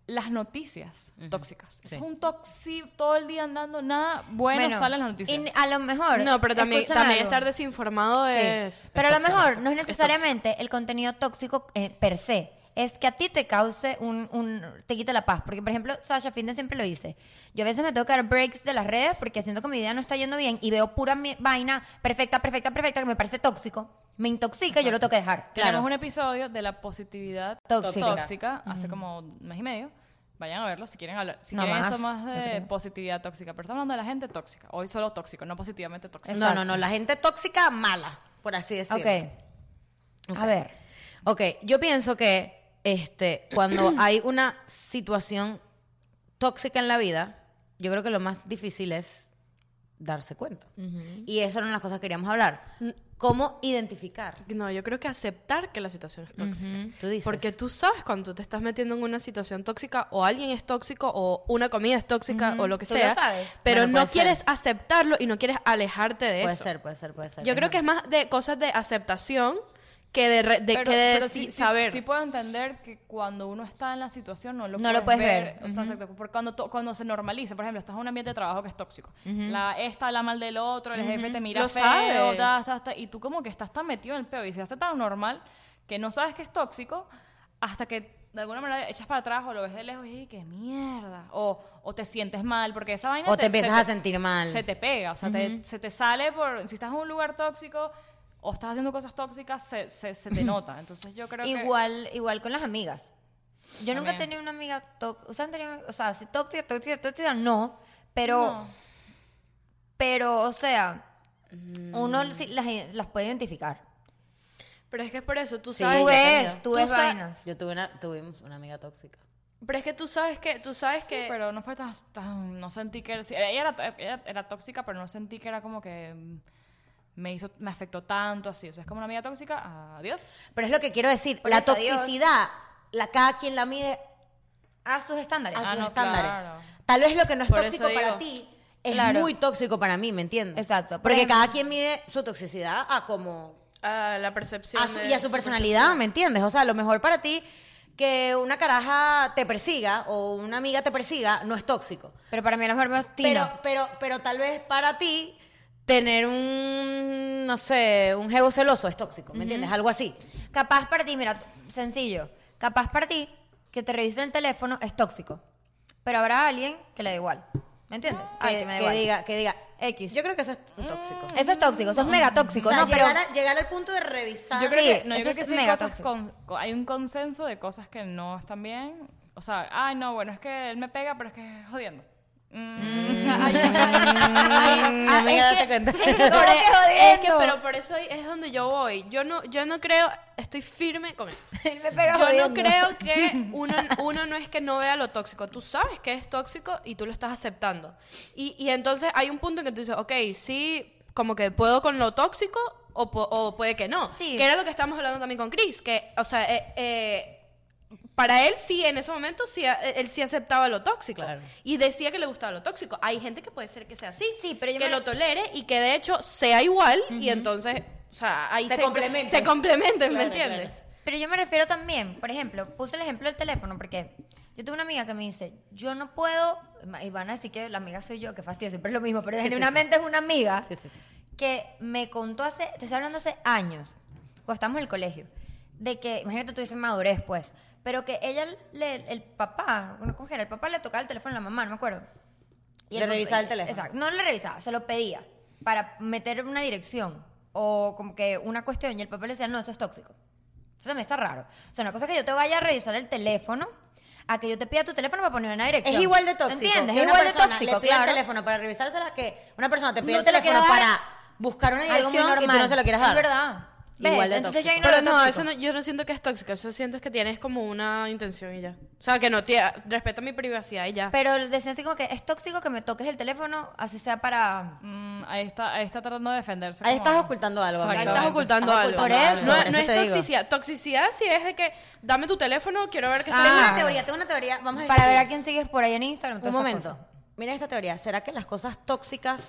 [SPEAKER 4] Las noticias tóxicas. Eso
[SPEAKER 1] Sí.
[SPEAKER 4] Es un toxi todo el día andando, nada bueno, sale en las noticias.
[SPEAKER 3] y a lo mejor.
[SPEAKER 2] No, pero también,
[SPEAKER 3] escúchame
[SPEAKER 2] también
[SPEAKER 3] algo.
[SPEAKER 2] estar desinformado
[SPEAKER 3] Sí.
[SPEAKER 2] es...
[SPEAKER 3] Pero a lo mejor no es necesariamente el contenido tóxico eh, per se. Es que a ti te cause un, un- te quite la paz. Porque, por ejemplo, Sasha Finden siempre lo dice. Yo a veces me tengo que dar breaks de las redes porque siento que mi vida no está yendo bien y veo pura mi- vaina perfecta, perfecta, perfecta, que me parece tóxico. Me intoxica y yo lo tengo que dejar.
[SPEAKER 4] Tenemos un episodio de la positividad
[SPEAKER 3] Tóxica.
[SPEAKER 4] tóxica, hace como un mes y medio. Vayan a verlo si quieren hablar. Si
[SPEAKER 3] No
[SPEAKER 4] quieren
[SPEAKER 3] más,
[SPEAKER 4] eso más
[SPEAKER 3] yo
[SPEAKER 4] de
[SPEAKER 3] creo.
[SPEAKER 4] positividad tóxica. Pero estamos hablando de la gente tóxica. Hoy solo tóxico, no positivamente tóxico.
[SPEAKER 1] No, no, no. La gente tóxica, mala, por así decirlo.
[SPEAKER 3] Ok. A ver.
[SPEAKER 1] Ok, yo pienso que este, (clears throat) cuando hay una situación tóxica en la vida, yo creo que lo más difícil es darse cuenta. Y eso eran las cosas que queríamos hablar. ¿Cómo identificar?
[SPEAKER 2] No, yo creo que aceptar que la situación es tóxica.
[SPEAKER 1] Mm. Tú dices.
[SPEAKER 2] Porque tú sabes cuando tú te estás metiendo en una situación tóxica o alguien es tóxico o una comida es tóxica o lo que
[SPEAKER 3] Tú
[SPEAKER 2] sea.
[SPEAKER 3] lo sabes.
[SPEAKER 2] Pero
[SPEAKER 1] Bueno,
[SPEAKER 2] no
[SPEAKER 1] puede ser.
[SPEAKER 2] quieres aceptarlo y no quieres alejarte de
[SPEAKER 1] Puede
[SPEAKER 2] eso.
[SPEAKER 1] ser, puede ser, puede ser.
[SPEAKER 2] Yo creo que es más de cosas de aceptación que de, re- de, que de si-
[SPEAKER 4] sí, sí-
[SPEAKER 2] saber.
[SPEAKER 4] Sí, puedo entender que cuando uno está en la situación no lo
[SPEAKER 3] No lo puedes ver.
[SPEAKER 4] O sea, exacto, por cuando, to- cuando se normaliza, por ejemplo, estás en un ambiente de trabajo que es tóxico. la, esta habla mal del otro, el jefe te mira
[SPEAKER 2] Lo
[SPEAKER 4] feo,
[SPEAKER 2] sabes.
[SPEAKER 4] ta, ta, ta, y tú como que estás tan metido en el peo y se hace tan normal que no sabes que es tóxico hasta que de alguna manera echas para atrás o lo ves de lejos y qué mierda. O, o te sientes mal porque esa vaina...
[SPEAKER 1] O te empiezas
[SPEAKER 4] se
[SPEAKER 1] a sentir mal.
[SPEAKER 4] Se te pega, o sea, te- se te sale por... Si estás en un lugar tóxico o estás haciendo cosas tóxicas, se, se, se te nota. Entonces yo creo que...
[SPEAKER 3] Igual, igual con las amigas. Yo nunca he
[SPEAKER 4] También.
[SPEAKER 3] tenido una amiga tóxica. o sea, si tóxica, tóxica, tóxica, no. Pero. Pero, o sea,
[SPEAKER 1] Mm.
[SPEAKER 3] uno sí las, las puede identificar.
[SPEAKER 2] Pero es que es por eso, tú
[SPEAKER 1] Sí,
[SPEAKER 2] sabes.
[SPEAKER 3] tú
[SPEAKER 1] yo he
[SPEAKER 3] ves,
[SPEAKER 1] tenido.
[SPEAKER 3] tú
[SPEAKER 2] Tú
[SPEAKER 3] ves
[SPEAKER 2] sa-
[SPEAKER 3] vainas.
[SPEAKER 1] Yo tuve una, tuvimos una amiga tóxica.
[SPEAKER 2] Pero es que tú sabes que, tú sabes
[SPEAKER 4] Sí,
[SPEAKER 2] que.
[SPEAKER 4] pero no fue tan, tan- no sentí que sí, ella era, ella era tóxica pero no sentí que era como que mm, me hizo me afectó tanto así o sea es como una amiga tóxica adiós
[SPEAKER 1] Pero es lo que quiero decir.
[SPEAKER 3] Por
[SPEAKER 1] la
[SPEAKER 3] eso, adiós.
[SPEAKER 1] toxicidad, la, cada quien la mide
[SPEAKER 3] A sus estándares.
[SPEAKER 1] a
[SPEAKER 4] Ah,
[SPEAKER 1] sus
[SPEAKER 4] no,
[SPEAKER 1] estándares.
[SPEAKER 4] claro.
[SPEAKER 1] Tal vez lo que no es
[SPEAKER 2] Por
[SPEAKER 1] tóxico
[SPEAKER 2] eso digo.
[SPEAKER 1] para ti es
[SPEAKER 3] Claro.
[SPEAKER 1] muy tóxico para mí, ¿me entiendes?
[SPEAKER 3] Exacto. Por
[SPEAKER 1] Porque
[SPEAKER 3] ejemplo-
[SPEAKER 1] cada quien mide su toxicidad a como
[SPEAKER 2] a la percepción.
[SPEAKER 1] a Ah, su-
[SPEAKER 2] de-
[SPEAKER 1] y a su personalidad, ¿me entiendes? O sea, a lo mejor para ti que una caraja te persiga o una amiga te persiga no es tóxico.
[SPEAKER 3] Pero para mí a lo mejor me
[SPEAKER 1] Pero,
[SPEAKER 3] obstina.
[SPEAKER 1] pero, pero tal vez para ti tener un, no sé, un jevo celoso es tóxico, ¿me entiendes? Algo así.
[SPEAKER 3] Capaz para ti, mira, sencillo. Capaz para ti que te revisen el teléfono es tóxico. Pero habrá alguien que le da igual. ¿Me entiendes? Ay,
[SPEAKER 1] que,
[SPEAKER 3] que me da
[SPEAKER 1] que
[SPEAKER 3] igual.
[SPEAKER 1] diga, que diga.
[SPEAKER 3] X.
[SPEAKER 1] Yo creo que eso es tóxico.
[SPEAKER 3] Eso es tóxico, eso es mega tóxico.
[SPEAKER 1] O sea,
[SPEAKER 3] no, pero
[SPEAKER 1] llegar,
[SPEAKER 3] (laughs)
[SPEAKER 1] a- llegar al punto de revisar.
[SPEAKER 3] Yo creo Sí,
[SPEAKER 4] no,
[SPEAKER 3] eso
[SPEAKER 4] yo creo
[SPEAKER 3] es
[SPEAKER 4] que sí hay
[SPEAKER 3] mega
[SPEAKER 4] cosas
[SPEAKER 3] tóxico.
[SPEAKER 4] con- con- hay un consenso de cosas que no están bien o O sea, ay, no, bueno, es que él me pega, pero es que es jodiendo. Mm.
[SPEAKER 3] O sea, hay- (laughs) hay- hay-
[SPEAKER 1] Amiga,
[SPEAKER 3] Ah, es
[SPEAKER 1] date
[SPEAKER 3] que-
[SPEAKER 1] cuenta.
[SPEAKER 3] es que como
[SPEAKER 2] Por
[SPEAKER 3] que
[SPEAKER 2] e- (laughs) es que,
[SPEAKER 3] jodiendo.
[SPEAKER 2] pero por eso ahí es donde yo voy. Yo no, yo no creo, estoy firme con
[SPEAKER 3] (laughs)
[SPEAKER 2] esto.
[SPEAKER 3] Él me pega
[SPEAKER 2] Yo no
[SPEAKER 3] jodiendo. (laughs)
[SPEAKER 2] creo que uno, uno no es que no vea lo tóxico. Tú sabes que es tóxico y tú lo estás aceptando. Y, y entonces hay un punto en que tú dices, ok, sí, como que puedo con lo tóxico o, po- o puede que no.
[SPEAKER 3] Sí.
[SPEAKER 2] Que era lo que estábamos hablando también con Chris, que, o sea, eh, eh, para él sí, en ese momento sí, eh, él sí aceptaba lo tóxico.
[SPEAKER 1] Claro.
[SPEAKER 2] Y decía que le gustaba lo tóxico. Hay gente que puede ser que sea así,
[SPEAKER 3] (laughs) Sí, pero yo
[SPEAKER 2] que
[SPEAKER 3] me-
[SPEAKER 2] lo tolere y que de hecho sea igual y entonces, o sea, ahí
[SPEAKER 1] Se complementan.
[SPEAKER 2] Se complementen, ¿me
[SPEAKER 1] Claro, claro.
[SPEAKER 2] entiendes?
[SPEAKER 3] Pero yo me refiero también, por ejemplo, puse el ejemplo del teléfono, porque yo tuve una amiga que me dice, yo no puedo, y van a decir que la amiga soy yo, que fastidio, siempre es lo mismo, pero genuinamente es una amiga
[SPEAKER 1] Sí, sí, sí.
[SPEAKER 3] que me contó hace, te estoy hablando hace años, cuando estábamos en el colegio, de que, imagínate, tú dices madurez, pues, pero que ella, le- el papá, uno cogiera, el papá le tocaba el teléfono a la mamá, no me acuerdo.
[SPEAKER 1] Le
[SPEAKER 3] papá-
[SPEAKER 1] revisaba el teléfono.
[SPEAKER 3] Exacto, no le revisaba, se lo pedía para meter una dirección o como que una cuestión y el papá le decía, no, eso es tóxico. Eso también está raro. O sea, una cosa es que yo te vaya a revisar el teléfono a que yo te pida tu teléfono para poner una dirección.
[SPEAKER 1] Es igual de tóxico.
[SPEAKER 3] ¿Entiendes?
[SPEAKER 1] que una
[SPEAKER 3] Es igual de
[SPEAKER 1] persona
[SPEAKER 3] tóxico,
[SPEAKER 1] Le pide
[SPEAKER 3] claro.
[SPEAKER 1] el teléfono para revisársela que una persona te pide
[SPEAKER 3] No
[SPEAKER 1] el
[SPEAKER 3] te lo
[SPEAKER 1] teléfono
[SPEAKER 3] quiero dar.
[SPEAKER 1] para buscar una
[SPEAKER 3] Algo
[SPEAKER 1] dirección
[SPEAKER 3] muy
[SPEAKER 1] y tú
[SPEAKER 3] normal.
[SPEAKER 1] no se lo quieres
[SPEAKER 3] Es
[SPEAKER 1] dar.
[SPEAKER 3] verdad. ¿Ves?
[SPEAKER 1] Igual de
[SPEAKER 3] Entonces yo
[SPEAKER 1] tóxico.
[SPEAKER 3] ahí
[SPEAKER 2] Pero
[SPEAKER 3] no,
[SPEAKER 2] no, eso no, yo no siento que es tóxico. Eso siento que tienes como una intención y ya. O sea, que no, tía, respeta mi privacidad y ya.
[SPEAKER 3] Pero decía así como que es tóxico que me toques el teléfono, así sea para...
[SPEAKER 4] Mm, ahí, está, ahí está tratando de defenderse.
[SPEAKER 1] Ahí
[SPEAKER 4] como-
[SPEAKER 1] estás ocultando algo, amiga.
[SPEAKER 2] Ahí
[SPEAKER 4] Exactamente.
[SPEAKER 2] estás ocultando
[SPEAKER 1] Estás
[SPEAKER 2] algo.
[SPEAKER 1] ocultando
[SPEAKER 3] Por algo. eso,
[SPEAKER 2] no,
[SPEAKER 1] por eso
[SPEAKER 2] no es
[SPEAKER 1] te digo.
[SPEAKER 2] toxicidad. Toxicidad sí es de que dame tu teléfono, quiero ver qué
[SPEAKER 1] Tengo
[SPEAKER 3] Ah.
[SPEAKER 2] estás
[SPEAKER 1] una teoría, tengo una teoría. Vamos a
[SPEAKER 3] Para ver
[SPEAKER 1] discutir.
[SPEAKER 3] a quién sigues por ahí en Instagram.
[SPEAKER 1] Un
[SPEAKER 3] todas esas
[SPEAKER 1] momento.
[SPEAKER 3] cosas.
[SPEAKER 1] Mira esta teoría. ¿Será que las cosas tóxicas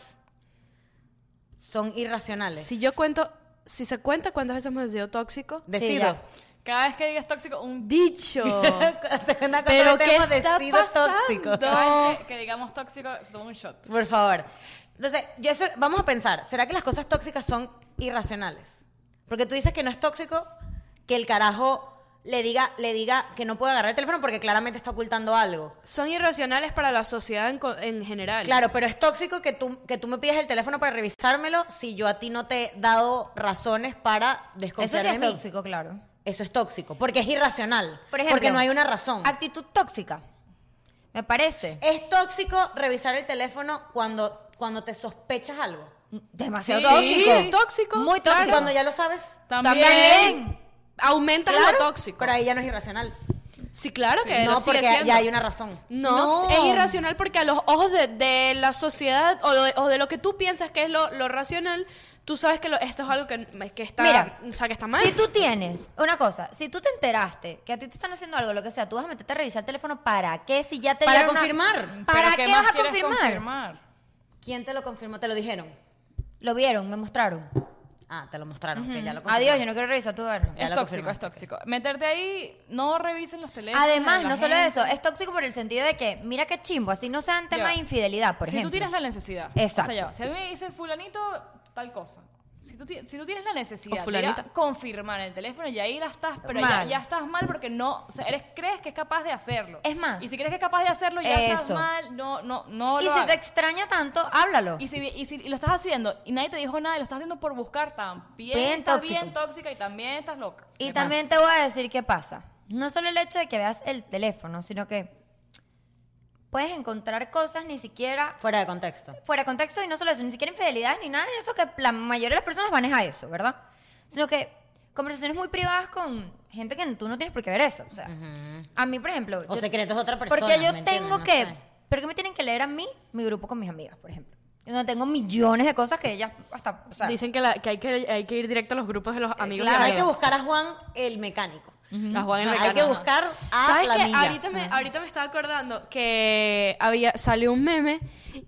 [SPEAKER 1] son irracionales?
[SPEAKER 2] Si yo cuento, si se cuenta cuántas veces hemos decidido tóxico,
[SPEAKER 1] Decido.
[SPEAKER 4] (laughs) Cada vez que digas tóxico, un día.
[SPEAKER 2] (laughs) dicho.
[SPEAKER 1] Segunda cosa
[SPEAKER 2] Pero
[SPEAKER 1] del
[SPEAKER 2] ¿qué
[SPEAKER 1] tema,
[SPEAKER 2] está
[SPEAKER 1] decido
[SPEAKER 2] pasando?
[SPEAKER 4] Cada vez que, que digamos tóxico, se toma un shot.
[SPEAKER 1] Por favor. Entonces, yo eso- vamos a pensar, ¿será que las cosas tóxicas son irracionales? Porque tú dices que no es tóxico que el carajo le diga, le diga que no puede agarrar el teléfono porque claramente está ocultando algo.
[SPEAKER 2] Son irracionales para la sociedad en, co- en general.
[SPEAKER 1] Claro, pero es tóxico que tú, que tú me pidas el teléfono para revisármelo si yo a ti no te he dado razones para
[SPEAKER 3] Eso
[SPEAKER 1] desconfiar
[SPEAKER 3] sí
[SPEAKER 1] de
[SPEAKER 3] es
[SPEAKER 1] mí.
[SPEAKER 3] tóxico, claro.
[SPEAKER 1] Eso es tóxico, porque es irracional.
[SPEAKER 3] Por ejemplo,
[SPEAKER 1] porque no hay una razón.
[SPEAKER 3] Actitud tóxica. Me parece.
[SPEAKER 1] Es tóxico revisar el teléfono cuando, cuando te sospechas algo.
[SPEAKER 3] Demasiado
[SPEAKER 2] Sí,
[SPEAKER 3] tóxico.
[SPEAKER 2] es tóxico,
[SPEAKER 3] Muy
[SPEAKER 2] claro.
[SPEAKER 3] tóxico.
[SPEAKER 1] Cuando ya lo sabes,
[SPEAKER 4] También.
[SPEAKER 2] También aumenta
[SPEAKER 3] Claro.
[SPEAKER 2] lo tóxico.
[SPEAKER 1] pero ahí ya no es irracional.
[SPEAKER 2] Sí, claro que lo
[SPEAKER 1] no,
[SPEAKER 2] sigue
[SPEAKER 1] porque
[SPEAKER 2] siendo.
[SPEAKER 1] ya hay una razón.
[SPEAKER 2] No,
[SPEAKER 3] No.
[SPEAKER 2] es irracional porque a los ojos de, de la sociedad o de, o de lo que tú piensas que es lo, lo racional, tú sabes que lo- esto es algo que, que está,
[SPEAKER 3] Mira,
[SPEAKER 2] o sea, que está mal.
[SPEAKER 3] Si tú tienes, una cosa, si tú te enteraste que a ti te están haciendo algo, lo que sea, tú vas a meterte a revisar el teléfono para qué si ya te
[SPEAKER 1] Para
[SPEAKER 3] dieron una-
[SPEAKER 1] confirmar.
[SPEAKER 3] ¿Para
[SPEAKER 4] ¿Pero
[SPEAKER 3] qué,
[SPEAKER 4] más
[SPEAKER 3] vas a
[SPEAKER 4] quieres
[SPEAKER 3] confirmar?
[SPEAKER 4] confirmar?
[SPEAKER 1] ¿Quién te lo confirmó? Te lo dijeron.
[SPEAKER 3] Lo vieron, me mostraron.
[SPEAKER 1] Ah, te lo mostraron. que ya lo
[SPEAKER 3] Adiós, yo
[SPEAKER 1] confirmaron.
[SPEAKER 3] no quiero revisar tu verno.
[SPEAKER 1] Ya
[SPEAKER 4] Es
[SPEAKER 1] lo
[SPEAKER 4] tóxico, es
[SPEAKER 1] confirmaste,
[SPEAKER 4] tóxico. Meterte ahí, no revisen los teléfonos.
[SPEAKER 3] Además,
[SPEAKER 4] de la
[SPEAKER 3] no solo
[SPEAKER 4] gente.
[SPEAKER 3] eso, es tóxico por el sentido de que, mira qué chimbo, así no sean temas
[SPEAKER 4] Ya.
[SPEAKER 3] de infidelidad, por
[SPEAKER 4] si
[SPEAKER 3] ejemplo.
[SPEAKER 4] tú tienes la necesidad.
[SPEAKER 3] Exacto.
[SPEAKER 4] O sea, ya va. si a mí me dice fulanito, tal cosa. Si tú, ti- si tú tienes la necesidad
[SPEAKER 2] O fulanita.
[SPEAKER 4] de ir a confirmar el teléfono y ahí la estás, pero ya,
[SPEAKER 3] Mal.
[SPEAKER 4] ya estás mal porque no, o sea, eres, crees que es capaz de hacerlo.
[SPEAKER 3] Es más.
[SPEAKER 4] Y si crees que es capaz de hacerlo, ya estás
[SPEAKER 3] Eso.
[SPEAKER 4] mal, no, no, no
[SPEAKER 3] y
[SPEAKER 4] lo
[SPEAKER 3] si te
[SPEAKER 4] hagas.
[SPEAKER 3] extraña tanto, háblalo.
[SPEAKER 4] Y si, y si lo estás haciendo y nadie te dijo nada y lo estás haciendo por buscar, también
[SPEAKER 3] Bien
[SPEAKER 4] estás
[SPEAKER 3] tóxico.
[SPEAKER 4] bien tóxica y también estás loca.
[SPEAKER 3] Y también te voy a decir qué pasa. No solo el hecho de que veas el teléfono, sino que puedes encontrar cosas ni siquiera
[SPEAKER 1] Fuera de contexto.
[SPEAKER 3] fuera de contexto y no solo eso, ni siquiera infidelidad ni nada de eso, que la mayoría de las personas maneja eso, ¿verdad? Sino que conversaciones muy privadas con gente que tú no tienes por qué ver eso. O sea, a mí, por ejemplo.
[SPEAKER 1] O
[SPEAKER 3] yo-
[SPEAKER 1] secretos de otra persona,
[SPEAKER 3] Porque yo
[SPEAKER 1] ¿me entiendes?
[SPEAKER 3] tengo
[SPEAKER 1] No
[SPEAKER 3] que.
[SPEAKER 1] sé.
[SPEAKER 3] ¿Pero qué me tienen que leer a mí? Mi grupo con mis amigas, por ejemplo. Yo no tengo millones de cosas que ellas hasta. O sea,
[SPEAKER 2] Dicen que, la- que hay que hay que ir directo a los grupos de los amigos.
[SPEAKER 1] Claro,
[SPEAKER 2] y
[SPEAKER 1] hay que
[SPEAKER 2] amigas.
[SPEAKER 1] buscar a Juan el mecánico.
[SPEAKER 2] A Juan el
[SPEAKER 1] Hay
[SPEAKER 2] mecánico.
[SPEAKER 1] que buscar a
[SPEAKER 2] ¿Sabes
[SPEAKER 1] Ah, la
[SPEAKER 2] qué?
[SPEAKER 1] amiga.
[SPEAKER 2] Ahorita me, ahorita me estaba acordando que había salió un meme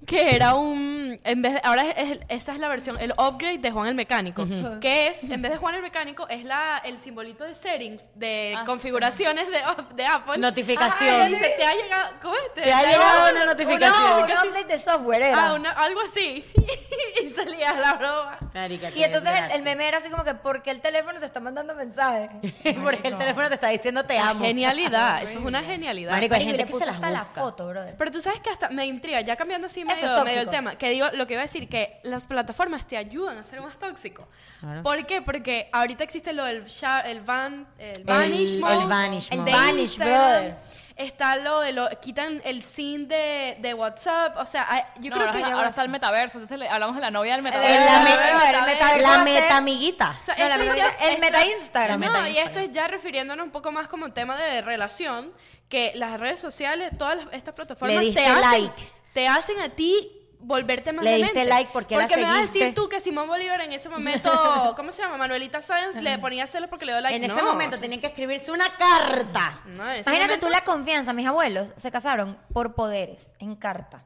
[SPEAKER 2] que era un en vez de, ahora es, es- esa es la versión el upgrade de Juan el mecánico, que es en vez de Juan el mecánico es la el simbolito de settings de
[SPEAKER 4] Ah, sí.
[SPEAKER 2] configuraciones de, op- de Apple.
[SPEAKER 1] Notificación.
[SPEAKER 2] Ah, y dice, te ha llegado, ¿cómo es?
[SPEAKER 1] Te ha llegado una notificación.
[SPEAKER 2] una
[SPEAKER 3] No, un
[SPEAKER 2] notificación.
[SPEAKER 3] update de software era.
[SPEAKER 2] Ah, una- algo así. (laughs) y salía la broma.
[SPEAKER 1] Marica,
[SPEAKER 3] Y
[SPEAKER 1] qué
[SPEAKER 3] entonces el,
[SPEAKER 1] desgracia.
[SPEAKER 3] el meme era así como que, ¿por qué el teléfono te está mandando mensajes?
[SPEAKER 1] (laughs) Porque el teléfono te está diciendo te amo. (laughs)
[SPEAKER 2] Genialidad, eso es una genialidad.
[SPEAKER 1] Marico, hay gente
[SPEAKER 3] le
[SPEAKER 1] que
[SPEAKER 3] puso
[SPEAKER 1] se las
[SPEAKER 3] hasta la
[SPEAKER 1] busca.
[SPEAKER 3] foto, brother.
[SPEAKER 2] Pero tú sabes que hasta me intriga, ya cambiando así
[SPEAKER 3] Eso
[SPEAKER 2] medio,
[SPEAKER 3] es tóxico.
[SPEAKER 2] medio el tema, que digo, lo que iba a decir, que las plataformas te ayudan a ser más tóxico.
[SPEAKER 1] Claro.
[SPEAKER 2] ¿Por qué? Porque ahorita existe lo del shar- el van, el
[SPEAKER 1] El-
[SPEAKER 2] vanish mode.
[SPEAKER 1] el vanish
[SPEAKER 3] El
[SPEAKER 1] mode.
[SPEAKER 2] de
[SPEAKER 3] vanish,
[SPEAKER 2] Instagram,
[SPEAKER 3] brother.
[SPEAKER 2] está lo de lo. Quitan el sin de, de WhatsApp. O sea, hay- yo
[SPEAKER 4] No,
[SPEAKER 2] creo
[SPEAKER 4] ahora,
[SPEAKER 2] que.
[SPEAKER 4] está- ahora está el metaverso. Entonces le- hablamos de la novia del
[SPEAKER 1] El-
[SPEAKER 4] metaverso.
[SPEAKER 1] la meta-
[SPEAKER 3] El metaverso, el
[SPEAKER 2] ¿Sabes
[SPEAKER 1] La
[SPEAKER 3] metaverso.
[SPEAKER 1] metaamiguita.
[SPEAKER 2] O sea,
[SPEAKER 3] No, la
[SPEAKER 2] esto
[SPEAKER 3] verdad
[SPEAKER 2] ya-
[SPEAKER 3] es que el
[SPEAKER 2] esto-
[SPEAKER 3] meta Instagram.
[SPEAKER 2] No,
[SPEAKER 3] El meta
[SPEAKER 2] y esto es ya refiriéndonos un poco más como un tema de relación, que las redes sociales, todas las- estas plataformas
[SPEAKER 1] Le diste
[SPEAKER 2] te hacen,
[SPEAKER 1] like.
[SPEAKER 2] te hacen a ti volverte más
[SPEAKER 1] Le diste
[SPEAKER 2] demente.
[SPEAKER 1] like porque la
[SPEAKER 2] me vas a decir
[SPEAKER 1] seguiste.
[SPEAKER 2] tú que Simón Bolívar en ese momento, ¿cómo se llama? Manuelita Sáenz le ponía celos porque le dio like.
[SPEAKER 1] En ese
[SPEAKER 2] No,
[SPEAKER 1] momento tenían que escribirse una carta.
[SPEAKER 2] no, en ese
[SPEAKER 3] Imagínate
[SPEAKER 2] momento-
[SPEAKER 3] tú la confianza. Mis abuelos se casaron por poderes, en carta.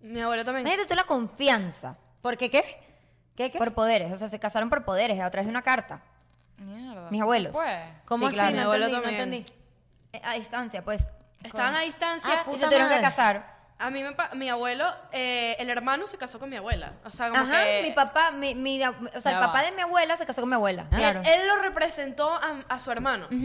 [SPEAKER 2] Mi abuelo también.
[SPEAKER 3] Imagínate tú la confianza
[SPEAKER 1] ¿Por qué qué? ¿Qué qué?
[SPEAKER 3] por poderes. O sea, se casaron por poderes a través de una carta.
[SPEAKER 4] Mierda.
[SPEAKER 3] Mis abuelos.
[SPEAKER 4] Pues.
[SPEAKER 1] ¿Cómo
[SPEAKER 3] Sí,
[SPEAKER 1] así?
[SPEAKER 3] claro.
[SPEAKER 1] No
[SPEAKER 2] Mi abuelo
[SPEAKER 1] entendí, no
[SPEAKER 2] también.
[SPEAKER 1] entendí.
[SPEAKER 3] Eh, A distancia, pues.
[SPEAKER 2] Estaban a distancia.
[SPEAKER 1] Ah,
[SPEAKER 3] Y
[SPEAKER 1] puta
[SPEAKER 3] se tuvieron que
[SPEAKER 1] madre.
[SPEAKER 3] casar.
[SPEAKER 2] a mí me pa- mi abuelo, eh, el hermano se casó con mi abuela. O sea, como
[SPEAKER 3] Ajá,
[SPEAKER 2] que-
[SPEAKER 3] mi papá, mi, mi- o sea,
[SPEAKER 4] Ya
[SPEAKER 3] el papá
[SPEAKER 4] va.
[SPEAKER 3] de mi abuela se casó con mi abuela.
[SPEAKER 1] Ah.
[SPEAKER 3] Claro.
[SPEAKER 2] Él, él lo representó a, a su hermano. Porque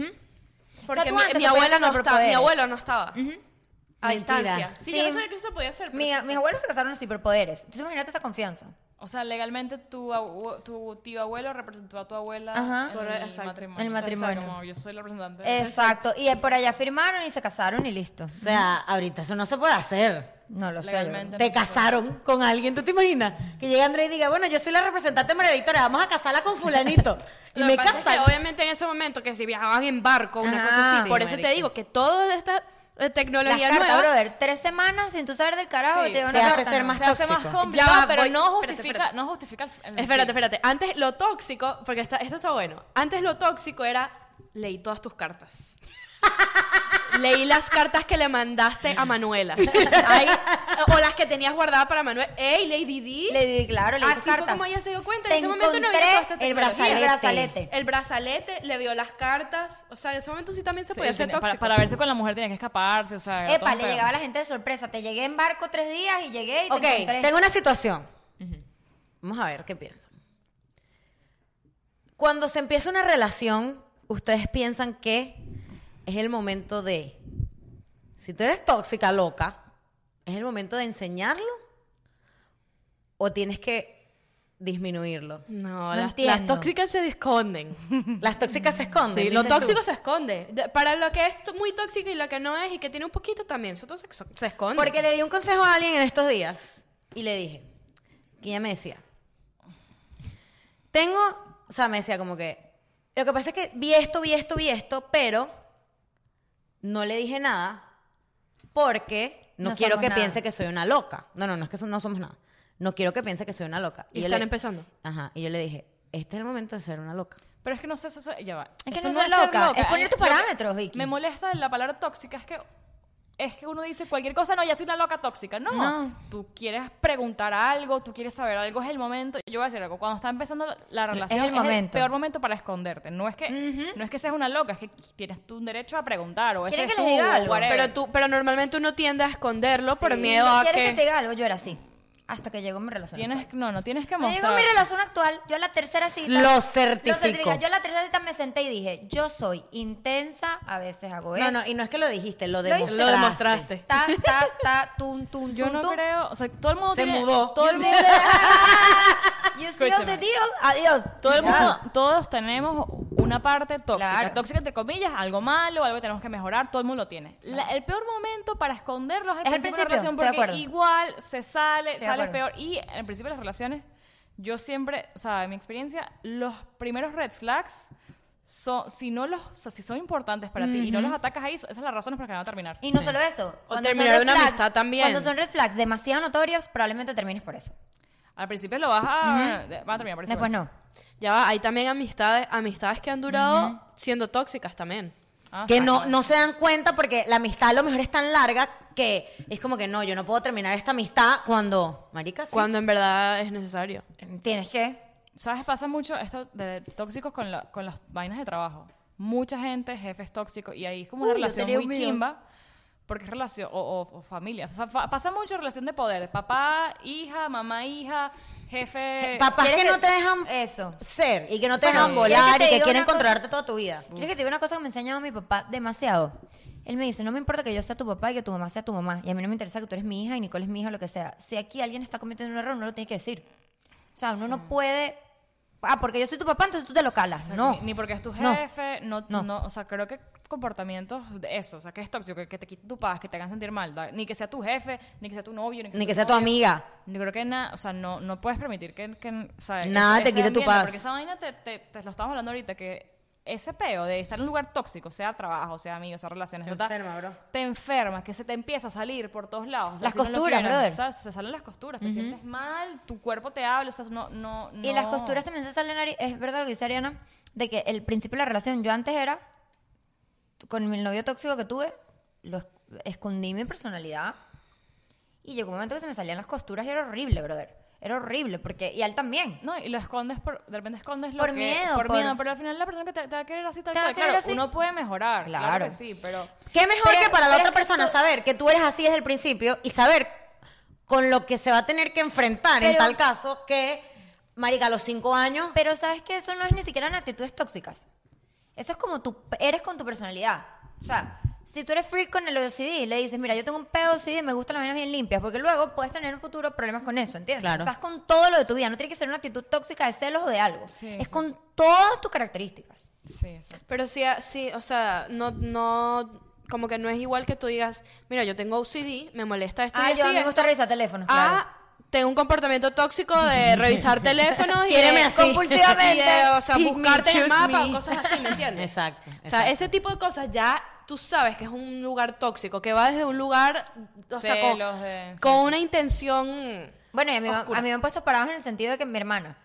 [SPEAKER 3] O sea,
[SPEAKER 2] mi-
[SPEAKER 3] tú antes
[SPEAKER 2] mi,
[SPEAKER 3] te podías
[SPEAKER 2] abuela no
[SPEAKER 3] casar por
[SPEAKER 2] estaba, mi
[SPEAKER 3] poderes.
[SPEAKER 2] abuela no estaba. A
[SPEAKER 1] Mentira.
[SPEAKER 2] distancia. Sí, yo
[SPEAKER 3] Sí.
[SPEAKER 2] no sabía que eso podía ser. pero
[SPEAKER 3] Mi-
[SPEAKER 2] sí.
[SPEAKER 3] mis abuelos se casaron así por poderes. Entonces imagínate esa confianza.
[SPEAKER 4] O sea, legalmente tu, abu- tu tío abuelo representó a tu abuela
[SPEAKER 3] Ajá.
[SPEAKER 4] en
[SPEAKER 2] Correcto,
[SPEAKER 4] el
[SPEAKER 2] exacto.
[SPEAKER 4] matrimonio.
[SPEAKER 3] El matrimonio.
[SPEAKER 4] Como yo soy la representante.
[SPEAKER 3] Exacto. Y eh, por allá firmaron y se casaron y listo.
[SPEAKER 1] O sea, ahorita eso no se puede hacer.
[SPEAKER 3] No lo sé.
[SPEAKER 4] Legalmente.
[SPEAKER 1] Te casaron con alguien, ¿tú te imaginas? Que llega André y diga, bueno, yo soy la representante de María Victoria, vamos a casarla con
[SPEAKER 2] (laughs)
[SPEAKER 1] fulanito. y
[SPEAKER 2] Lo
[SPEAKER 1] me
[SPEAKER 2] que pasa es que
[SPEAKER 1] casan.
[SPEAKER 2] obviamente en ese momento que si viajaban en barco, una
[SPEAKER 3] Ajá.
[SPEAKER 2] cosa así.
[SPEAKER 1] Sí,
[SPEAKER 2] por eso
[SPEAKER 1] marica.
[SPEAKER 2] te digo que toda esta eh,
[SPEAKER 3] Ah, Las
[SPEAKER 2] tecnología
[SPEAKER 3] cartas,
[SPEAKER 2] nueva.
[SPEAKER 3] brother, tres semanas sin tú saber del carajo
[SPEAKER 4] Sí,
[SPEAKER 3] te dio
[SPEAKER 1] se
[SPEAKER 3] una
[SPEAKER 1] hace
[SPEAKER 3] carta,
[SPEAKER 1] ser
[SPEAKER 3] ¿no?
[SPEAKER 1] más
[SPEAKER 4] Se hace más
[SPEAKER 1] Tóxico.
[SPEAKER 4] complicado,
[SPEAKER 2] Ya,
[SPEAKER 4] pero
[SPEAKER 2] voy-
[SPEAKER 4] no
[SPEAKER 2] espérate,
[SPEAKER 4] justifica,
[SPEAKER 2] espérate.
[SPEAKER 4] no justifica el- el-
[SPEAKER 2] Espérate, espérate. Antes lo tóxico, porque esta- esto está bueno. Antes lo tóxico era leí todas tus
[SPEAKER 3] (laughs)
[SPEAKER 2] cartas. Leí las cartas que le mandaste a
[SPEAKER 3] (laughs)
[SPEAKER 2] Manuela. Ahí, o las que tenías guardadas para Manuela. ¡Ey, Lady D!
[SPEAKER 3] Le di, claro, le di
[SPEAKER 2] Así fue
[SPEAKER 3] cartas.
[SPEAKER 2] como ella se dio cuenta.
[SPEAKER 3] Te
[SPEAKER 2] En ese momento no había este
[SPEAKER 3] encontré
[SPEAKER 2] toda esta
[SPEAKER 1] el brazalete.
[SPEAKER 2] tecnología.
[SPEAKER 3] El brazalete.
[SPEAKER 2] El brazalete, le vio las cartas. O sea, en ese momento sí también se
[SPEAKER 4] Sí,
[SPEAKER 2] podía hacer
[SPEAKER 4] tenía- para,
[SPEAKER 2] tóxico.
[SPEAKER 4] para verse con la mujer tenía que escaparse, o sea. era todo
[SPEAKER 3] Epa,
[SPEAKER 4] un
[SPEAKER 3] le
[SPEAKER 4] pedo.
[SPEAKER 3] llegaba a la gente de sorpresa. Te llegué en barco tres días y llegué y te
[SPEAKER 1] Ok,
[SPEAKER 3] encontré.
[SPEAKER 1] tengo una situación. Vamos a ver qué piensan. Cuando se empieza una relación, ustedes piensan que es el momento de, si tú eres tóxica, loca, es el momento de enseñarlo o tienes que disminuirlo.
[SPEAKER 2] No,
[SPEAKER 3] No
[SPEAKER 2] las,
[SPEAKER 3] entiendo.
[SPEAKER 2] las tóxicas se esconden.
[SPEAKER 1] Las tóxicas se esconden.
[SPEAKER 2] (laughs) Sí,
[SPEAKER 1] dices
[SPEAKER 2] lo
[SPEAKER 1] tú.
[SPEAKER 2] tóxico se esconde. De- para lo que es t- muy tóxico y lo que no es y que tiene un poquito también, eso todo se, se esconde.
[SPEAKER 1] Porque le di un consejo a alguien en estos días y le dije, que ella me decía, tengo, o sea, me decía como que, lo que pasa es que vi esto, vi esto, vi esto, pero no le dije nada porque no,
[SPEAKER 3] No
[SPEAKER 1] quiero
[SPEAKER 3] somos
[SPEAKER 1] que
[SPEAKER 3] nada.
[SPEAKER 1] piense que soy una loca. No, no, no es que so- no somos nada. No quiero que piense que soy una loca.
[SPEAKER 2] y
[SPEAKER 1] yo
[SPEAKER 2] están
[SPEAKER 1] le-
[SPEAKER 2] empezando.
[SPEAKER 1] Ajá, y yo le dije, este es el momento de ser una loca.
[SPEAKER 4] Pero es que no sé, eso, eso- ya va.
[SPEAKER 3] Es que
[SPEAKER 4] Eso
[SPEAKER 3] no ser
[SPEAKER 4] ser
[SPEAKER 3] loca, es poner
[SPEAKER 4] Ay,
[SPEAKER 3] tus
[SPEAKER 4] lo que
[SPEAKER 3] parámetros, Vicky.
[SPEAKER 4] Me molesta de la palabra tóxica, es que es que uno dice cualquier cosa, no, ya soy una loca tóxica. No.
[SPEAKER 3] No.
[SPEAKER 4] Tú quieres preguntar algo, tú quieres saber algo, es el momento. Yo voy a decir algo, cuando está empezando la relación
[SPEAKER 3] el momento.
[SPEAKER 4] peor momento para esconderte. No es que no es que seas una loca, es que tienes tú un derecho a preguntar o ese
[SPEAKER 3] ¿Quieres
[SPEAKER 4] es
[SPEAKER 3] que
[SPEAKER 4] tu,
[SPEAKER 3] les diga algo?
[SPEAKER 4] whatever.
[SPEAKER 2] Pero, tú, pero normalmente uno tiende a esconderlo por
[SPEAKER 3] Sí,
[SPEAKER 2] miedo
[SPEAKER 3] ¿no
[SPEAKER 2] a
[SPEAKER 3] ¿Quieres que... te
[SPEAKER 2] que...
[SPEAKER 3] diga algo? Yo era así. Hasta que llegó mi relación
[SPEAKER 4] tienes no, no tienes que
[SPEAKER 3] Me llegó
[SPEAKER 4] mostrar.
[SPEAKER 3] mi relación actual, yo a la tercera cita.
[SPEAKER 1] Lo
[SPEAKER 3] Lo
[SPEAKER 1] certifico.
[SPEAKER 3] Yo a la tercera cita me senté y dije, yo soy intensa, a veces
[SPEAKER 1] No,
[SPEAKER 3] hago esto.
[SPEAKER 1] no, y no es que lo dijiste, lo
[SPEAKER 3] hice.
[SPEAKER 1] demostraste.
[SPEAKER 2] Lo demostraste.
[SPEAKER 3] Ta, ta, ta, tum, tum,
[SPEAKER 4] Yo
[SPEAKER 3] tum,
[SPEAKER 4] no
[SPEAKER 3] tum.
[SPEAKER 4] creo, o sea, todo el mundo
[SPEAKER 1] Se
[SPEAKER 4] tiene-
[SPEAKER 1] mudó.
[SPEAKER 4] todo el
[SPEAKER 3] You
[SPEAKER 4] mundo
[SPEAKER 3] see the-
[SPEAKER 4] (laughs)
[SPEAKER 3] You see all the
[SPEAKER 4] Escúchame.
[SPEAKER 3] deal. Adiós.
[SPEAKER 4] Todo el
[SPEAKER 3] Ya.
[SPEAKER 4] mundo, todos tenemos una parte tóxica.
[SPEAKER 3] Claro.
[SPEAKER 4] Tóxica entre comillas, algo malo, algo que tenemos que mejorar, todo el mundo lo tiene. La- el peor momento para esconderlo es al
[SPEAKER 3] Es el
[SPEAKER 4] principio, de
[SPEAKER 3] principio,
[SPEAKER 4] la relación
[SPEAKER 3] estoy de
[SPEAKER 4] porque
[SPEAKER 3] acuerdo.
[SPEAKER 4] igual se sale,
[SPEAKER 3] Estoy de
[SPEAKER 4] sales
[SPEAKER 3] acuerdo.
[SPEAKER 4] peor. Y en el principio de las relaciones, yo siempre, o sea, en mi experiencia, los primeros red flags son, si no los, o sea, si son importantes para ti y no los atacas ahí, esas son las razones por las que van a terminar.
[SPEAKER 3] Y no solo eso.
[SPEAKER 2] O
[SPEAKER 3] cuando son
[SPEAKER 2] terminar
[SPEAKER 3] red
[SPEAKER 2] una
[SPEAKER 3] flags-
[SPEAKER 2] amistad también.
[SPEAKER 3] Cuando son red flags demasiado notorios, probablemente termines por eso.
[SPEAKER 4] Al principio lo vas a, van a terminar por eso.
[SPEAKER 3] Después no.
[SPEAKER 2] Ya va, hay también amistades, amistades que han durado siendo tóxicas también.
[SPEAKER 4] Ah,
[SPEAKER 1] que
[SPEAKER 4] exacto.
[SPEAKER 1] no, no se dan cuenta porque la amistad a lo mejor es tan larga que es como que no, yo no puedo terminar esta amistad cuando, marica, sí.
[SPEAKER 2] Cuando en verdad es necesario.
[SPEAKER 3] Tienes que.
[SPEAKER 4] ¿Sabes? Pasa mucho esto de tóxicos con, la- con las vainas de trabajo. Mucha gente, jefes tóxicos, y ahí es como una
[SPEAKER 3] Uy, yo
[SPEAKER 4] relación
[SPEAKER 3] tenía
[SPEAKER 4] muy
[SPEAKER 3] un mío.
[SPEAKER 4] chimba, porque es relación, o, o- o familia. O sea, fa- pasa mucho relación de poder. Papá, hija, mamá, hija, jefe...
[SPEAKER 1] Papás que,
[SPEAKER 3] Eh, ¿quieres
[SPEAKER 1] no te dejan
[SPEAKER 3] Eso.
[SPEAKER 1] ser y que no te
[SPEAKER 3] Bueno,
[SPEAKER 1] dejan
[SPEAKER 3] ¿quieres que
[SPEAKER 1] volar
[SPEAKER 3] te
[SPEAKER 1] y que
[SPEAKER 3] diga
[SPEAKER 1] quieren
[SPEAKER 3] una cosa?
[SPEAKER 1] controlarte toda tu vida.
[SPEAKER 3] ¿Quieres que te diga una cosa que me ha enseñado mi papá demasiado? Él me dice, no me importa que yo sea tu papá y que tu mamá sea tu mamá. Y a mí no me interesa que tú eres mi hija y Nicole es mi hija, lo que sea. Si aquí alguien está cometiendo un error, no lo tienes que decir. O sea, uno no puede ah, porque yo soy tu papá, entonces tú te lo calas.
[SPEAKER 4] sea,
[SPEAKER 3] No.
[SPEAKER 4] Ni, ni porque es tu
[SPEAKER 3] No.
[SPEAKER 4] jefe, no,
[SPEAKER 3] No.
[SPEAKER 4] no. o sea, creo que comportamientos de eso, o sea, que es tóxico, que, que te quiten tu paz, que te hagan sentir mal, da- ni que sea tu jefe, ni que sea tu novio, ni que sea,
[SPEAKER 1] Ni que sea tu
[SPEAKER 4] novia.
[SPEAKER 1] amiga.
[SPEAKER 4] Yo creo que nada, o sea, no, no puedes permitir que, que o sea,
[SPEAKER 1] Nada
[SPEAKER 4] ese-
[SPEAKER 1] te
[SPEAKER 4] ese
[SPEAKER 1] quite tu
[SPEAKER 4] ambiente,
[SPEAKER 1] paz.
[SPEAKER 4] Porque esa vaina te, te, te lo estamos hablando ahorita, que ese peo de estar en un lugar tóxico, sea trabajo, sea amigos, sea relaciones,
[SPEAKER 1] Te
[SPEAKER 4] ta-
[SPEAKER 1] enferma, bro.
[SPEAKER 4] Te enfermas, que se te empieza a salir por todos lados. o sea,
[SPEAKER 3] Las
[SPEAKER 4] si no lo
[SPEAKER 3] costuras,
[SPEAKER 4] quieres,
[SPEAKER 3] brother.
[SPEAKER 4] o sea, se salen las costuras, te sientes mal, tu cuerpo te habla, o sea, no, no,
[SPEAKER 3] Y las
[SPEAKER 4] no.
[SPEAKER 3] costuras también se salen, Ari- es verdad lo que dice Ariana, de que el principio de la relación, yo antes era, con el novio tóxico que tuve, lo es- escondí mi personalidad y llegó un momento que se me salían las costuras y era horrible, brother. Era horrible, porque, y a él también.
[SPEAKER 4] No, y lo escondes por, de repente escondes lo
[SPEAKER 3] Por
[SPEAKER 4] que-
[SPEAKER 3] miedo,
[SPEAKER 4] por,
[SPEAKER 3] por-
[SPEAKER 4] miedo, pero al final la persona que te, te va a querer así tal
[SPEAKER 3] Te va a
[SPEAKER 4] cual.
[SPEAKER 3] querer
[SPEAKER 4] Claro,
[SPEAKER 3] así.
[SPEAKER 4] uno puede mejorar, claro,
[SPEAKER 3] Claro.
[SPEAKER 4] que sí, pero
[SPEAKER 1] Qué mejor
[SPEAKER 3] Pero-
[SPEAKER 1] que para la
[SPEAKER 3] pero
[SPEAKER 1] otra
[SPEAKER 3] es que
[SPEAKER 1] persona
[SPEAKER 3] tú-
[SPEAKER 1] saber que tú eres así desde el principio y saber con lo que se va a tener que enfrentar en
[SPEAKER 3] Pero-
[SPEAKER 1] tal caso que, marica, a los cinco años,
[SPEAKER 3] Pero sabes que eso no es ni siquiera en actitudes tóxicas. Eso es como tú eres con tu personalidad. O sea, si tú eres freak con el OCD y le dices, mira, yo tengo un pedo OCD y me gustan las vainas bien limpias, porque luego puedes tener en un futuro problemas con eso, ¿entiendes?
[SPEAKER 1] Claro.
[SPEAKER 3] O sea, es con todo lo de tu vida. No tiene que ser una actitud tóxica de celos o de algo.
[SPEAKER 4] Sí,
[SPEAKER 3] es
[SPEAKER 4] sí.
[SPEAKER 3] con todas tus características.
[SPEAKER 4] sí, exacto.
[SPEAKER 2] Pero sí, ah, sí, o sea, no, no, como que no es igual que tú digas, mira, yo tengo OCD, me molesta esto
[SPEAKER 3] Ah,
[SPEAKER 2] y esto
[SPEAKER 3] yo a
[SPEAKER 2] y
[SPEAKER 3] mí me
[SPEAKER 2] esto".
[SPEAKER 3] gusta revisar teléfonos, claro.
[SPEAKER 2] Ah, tengo un comportamiento tóxico (laughs) de revisar teléfonos y
[SPEAKER 1] Quiéreme
[SPEAKER 2] de,
[SPEAKER 1] así.
[SPEAKER 2] compulsivamente, (laughs) y de, o sea,
[SPEAKER 1] Pick me,
[SPEAKER 2] buscarte en el
[SPEAKER 1] choose
[SPEAKER 2] mapa
[SPEAKER 1] me.
[SPEAKER 2] o cosas así, ¿me (laughs) entiendes?
[SPEAKER 1] Exacto,
[SPEAKER 2] O sea,
[SPEAKER 1] exacto.
[SPEAKER 2] ese tipo de cosas ya tú sabes que es un lugar tóxico, que va desde un lugar, o sea, con,
[SPEAKER 4] Celos de-
[SPEAKER 2] con
[SPEAKER 4] sí.
[SPEAKER 2] una intención...
[SPEAKER 3] Bueno, y a mí, me-
[SPEAKER 2] Oscura.
[SPEAKER 3] a mí me han puesto parados en el sentido de que mi hermana,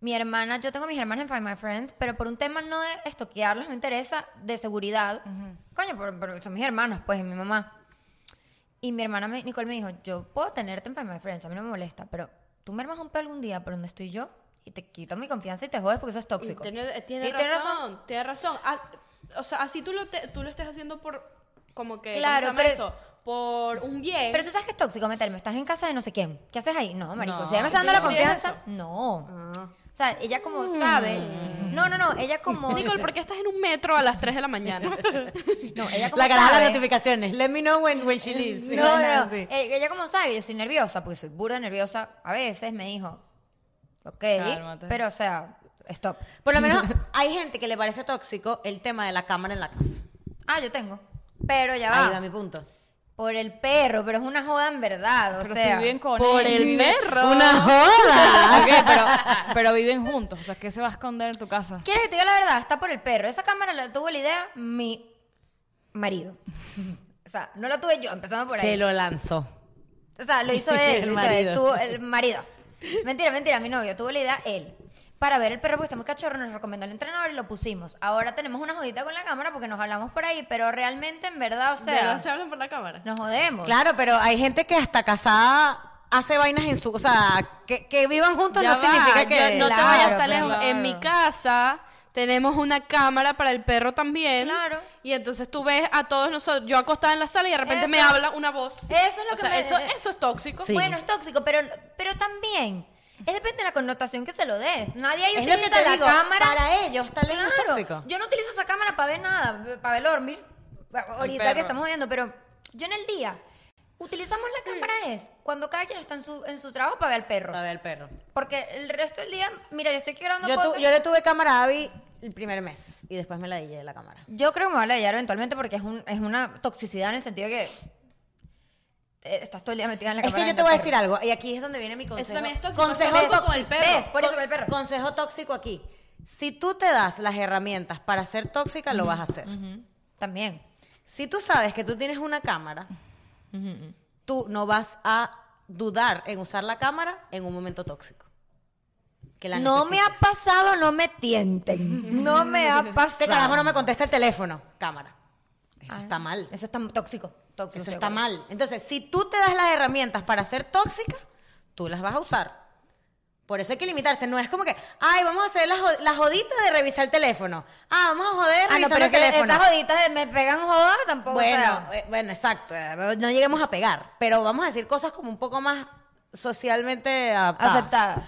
[SPEAKER 3] mi hermana, yo tengo mis hermanas en Find My Friends, pero por un tema no de estoquearlos, me interesa, de seguridad. Coño, pero, pero son mis hermanos, pues, y mi mamá. Y mi hermana, me- Nicole, me dijo, yo puedo tenerte en Find My Friends, a mí no me molesta, pero tú me armas un pelo algún día por donde estoy yo y te quito mi confianza y te jodes porque eso es tóxico.
[SPEAKER 2] Tiene, eh,
[SPEAKER 3] Y
[SPEAKER 2] tiene
[SPEAKER 3] tiene
[SPEAKER 2] razón, tiene razón. Ah, o sea, así tú lo, te- tú lo estés haciendo por, como que, ¿cómo
[SPEAKER 3] Claro,
[SPEAKER 2] se llama
[SPEAKER 3] pero-
[SPEAKER 2] eso? Por un bien.
[SPEAKER 3] Pero tú sabes que es tóxico meterme. Estás en casa de no sé quién. ¿Qué haces ahí? No, marico.
[SPEAKER 4] No.
[SPEAKER 3] Si ella me está
[SPEAKER 2] ¿Tú
[SPEAKER 3] dando la
[SPEAKER 2] no piensas
[SPEAKER 3] confianza. No. O sea, ella como sabe. No, no, no. Ella como.
[SPEAKER 2] Nicole, ¿por qué estás en un metro a las 3 de la
[SPEAKER 3] (laughs)
[SPEAKER 2] mañana?
[SPEAKER 3] No, ella como
[SPEAKER 1] la caraja de
[SPEAKER 3] sabe-
[SPEAKER 1] las notificaciones. Let me know when, when she leaves.
[SPEAKER 3] No, no, no.
[SPEAKER 1] Sí.
[SPEAKER 3] Eh, Ella como sabe que yo soy nerviosa, porque soy burda nerviosa. A veces me dijo, ok,
[SPEAKER 4] Cálmate.
[SPEAKER 3] pero o sea, stop.
[SPEAKER 1] Por lo menos hay gente que le parece tóxico el tema de la cámara en la casa.
[SPEAKER 3] Ah, yo tengo. Pero ya
[SPEAKER 1] Ahí va mi
[SPEAKER 3] va.
[SPEAKER 1] punto.
[SPEAKER 3] Por el perro, pero es una joda en verdad, o
[SPEAKER 4] Pero
[SPEAKER 3] sea.
[SPEAKER 4] si viven con
[SPEAKER 2] por
[SPEAKER 4] él,
[SPEAKER 2] el
[SPEAKER 4] si viven-
[SPEAKER 2] perro.
[SPEAKER 1] ¡Una joda!
[SPEAKER 4] (laughs) Ok, pero,
[SPEAKER 3] (laughs)
[SPEAKER 4] pero viven juntos, o sea, ¿qué se va a esconder en tu casa?
[SPEAKER 3] ¿Quieres que te diga la verdad? Está por el perro. Esa cámara la tuvo la idea mi marido. (laughs) O sea, no la tuve yo, empezando por ahí.
[SPEAKER 1] Se lo lanzó.
[SPEAKER 3] O
[SPEAKER 1] (laughs)
[SPEAKER 3] sea, lo hizo él,
[SPEAKER 1] El
[SPEAKER 3] lo hizo él,
[SPEAKER 1] marido. (laughs)
[SPEAKER 3] tuvo el marido. Mentira, mentira, mi novio, tuvo la idea él. Para ver el perro, porque está muy cachorro, nos recomendó el entrenador y lo pusimos. Ahora tenemos una jodita con la cámara porque nos hablamos por ahí, pero realmente, en verdad, o
[SPEAKER 2] ¿De verdad se
[SPEAKER 3] sea,
[SPEAKER 2] hablan por la cámara?
[SPEAKER 3] nos jodemos.
[SPEAKER 1] Claro, pero hay gente que hasta casada hace vainas en su... O sea, que, que vivan juntos
[SPEAKER 2] Ya
[SPEAKER 1] no
[SPEAKER 2] va,
[SPEAKER 1] significa que...
[SPEAKER 2] yo- no te
[SPEAKER 3] Claro,
[SPEAKER 2] vayas tan
[SPEAKER 3] claro.
[SPEAKER 2] lejos. En mi casa tenemos una cámara para el perro también.
[SPEAKER 3] Claro.
[SPEAKER 2] Y entonces tú ves a todos nosotros, yo acostada en la sala y de repente me
[SPEAKER 3] Eso.
[SPEAKER 2] habla una voz.
[SPEAKER 3] Eso es lo
[SPEAKER 2] O
[SPEAKER 3] que
[SPEAKER 2] sea,
[SPEAKER 3] me-
[SPEAKER 2] eso, eso es tóxico.
[SPEAKER 1] Sí.
[SPEAKER 3] Bueno, es tóxico, pero, pero también, es depende de la connotación que se lo des. Nadie ahí
[SPEAKER 1] Es lo
[SPEAKER 3] utiliza
[SPEAKER 1] que te
[SPEAKER 3] la
[SPEAKER 1] digo,
[SPEAKER 3] cámara.
[SPEAKER 1] para ellos tal vez no es
[SPEAKER 3] Claro,
[SPEAKER 1] tóxico.
[SPEAKER 3] Yo no utilizo esa cámara para ver nada, para ver dormir. Ahorita que
[SPEAKER 4] perro.
[SPEAKER 3] estamos viendo, pero yo en el día utilizamos la cámara es cuando cada quien está en su, en su trabajo para ver al perro.
[SPEAKER 1] A ver, perro.
[SPEAKER 3] Porque el resto del día, mira, yo estoy grabando
[SPEAKER 1] Yo, tu-
[SPEAKER 3] podcast.
[SPEAKER 1] yo le tuve cámara a Abby el primer mes y después me la dije de la cámara.
[SPEAKER 3] Yo creo que me voy a ladillar eventualmente porque es, un- es una toxicidad en el sentido que eh, estás todo el día metida en la
[SPEAKER 1] Es
[SPEAKER 3] cámara.
[SPEAKER 1] que yo te voy a decir algo, y aquí es donde viene mi consejo.
[SPEAKER 2] Eso también es tóxico.
[SPEAKER 1] Consejo
[SPEAKER 2] Eso es tóxico
[SPEAKER 1] tóxico.
[SPEAKER 2] con el perro.
[SPEAKER 3] Por eso con el perro.
[SPEAKER 1] Consejo tóxico aquí. Si tú te das las herramientas para ser tóxica, lo vas a hacer.
[SPEAKER 3] También.
[SPEAKER 1] Si tú sabes que tú tienes una cámara, tú no vas a dudar en usar la cámara en un momento tóxico. Que la
[SPEAKER 3] No me ha
[SPEAKER 1] necesites.
[SPEAKER 3] pasado, no me tienten. No
[SPEAKER 1] (laughs)
[SPEAKER 3] me ha pasado.
[SPEAKER 1] Este carajo no me contesta el teléfono. Cámara. Eso está mal.
[SPEAKER 3] Eso está tóxico. tóxico
[SPEAKER 1] Eso
[SPEAKER 3] seguro.
[SPEAKER 1] está mal. Entonces, si tú te das las herramientas para ser tóxica, tú las vas a usar. Por eso hay que limitarse. No es como que, ay, vamos a hacer la, jo- la jodita de revisar el teléfono. Ah, vamos a joder
[SPEAKER 3] Ah, no,
[SPEAKER 1] revisando
[SPEAKER 3] pero
[SPEAKER 1] el
[SPEAKER 3] es que
[SPEAKER 1] teléfono.
[SPEAKER 3] esas joditas de me pegan joda tampoco. o
[SPEAKER 1] bueno,
[SPEAKER 3] sea,
[SPEAKER 1] eh, bueno, exacto. eh, No lleguemos a pegar, pero vamos a decir cosas como un poco más socialmente adaptadas.
[SPEAKER 3] aceptadas.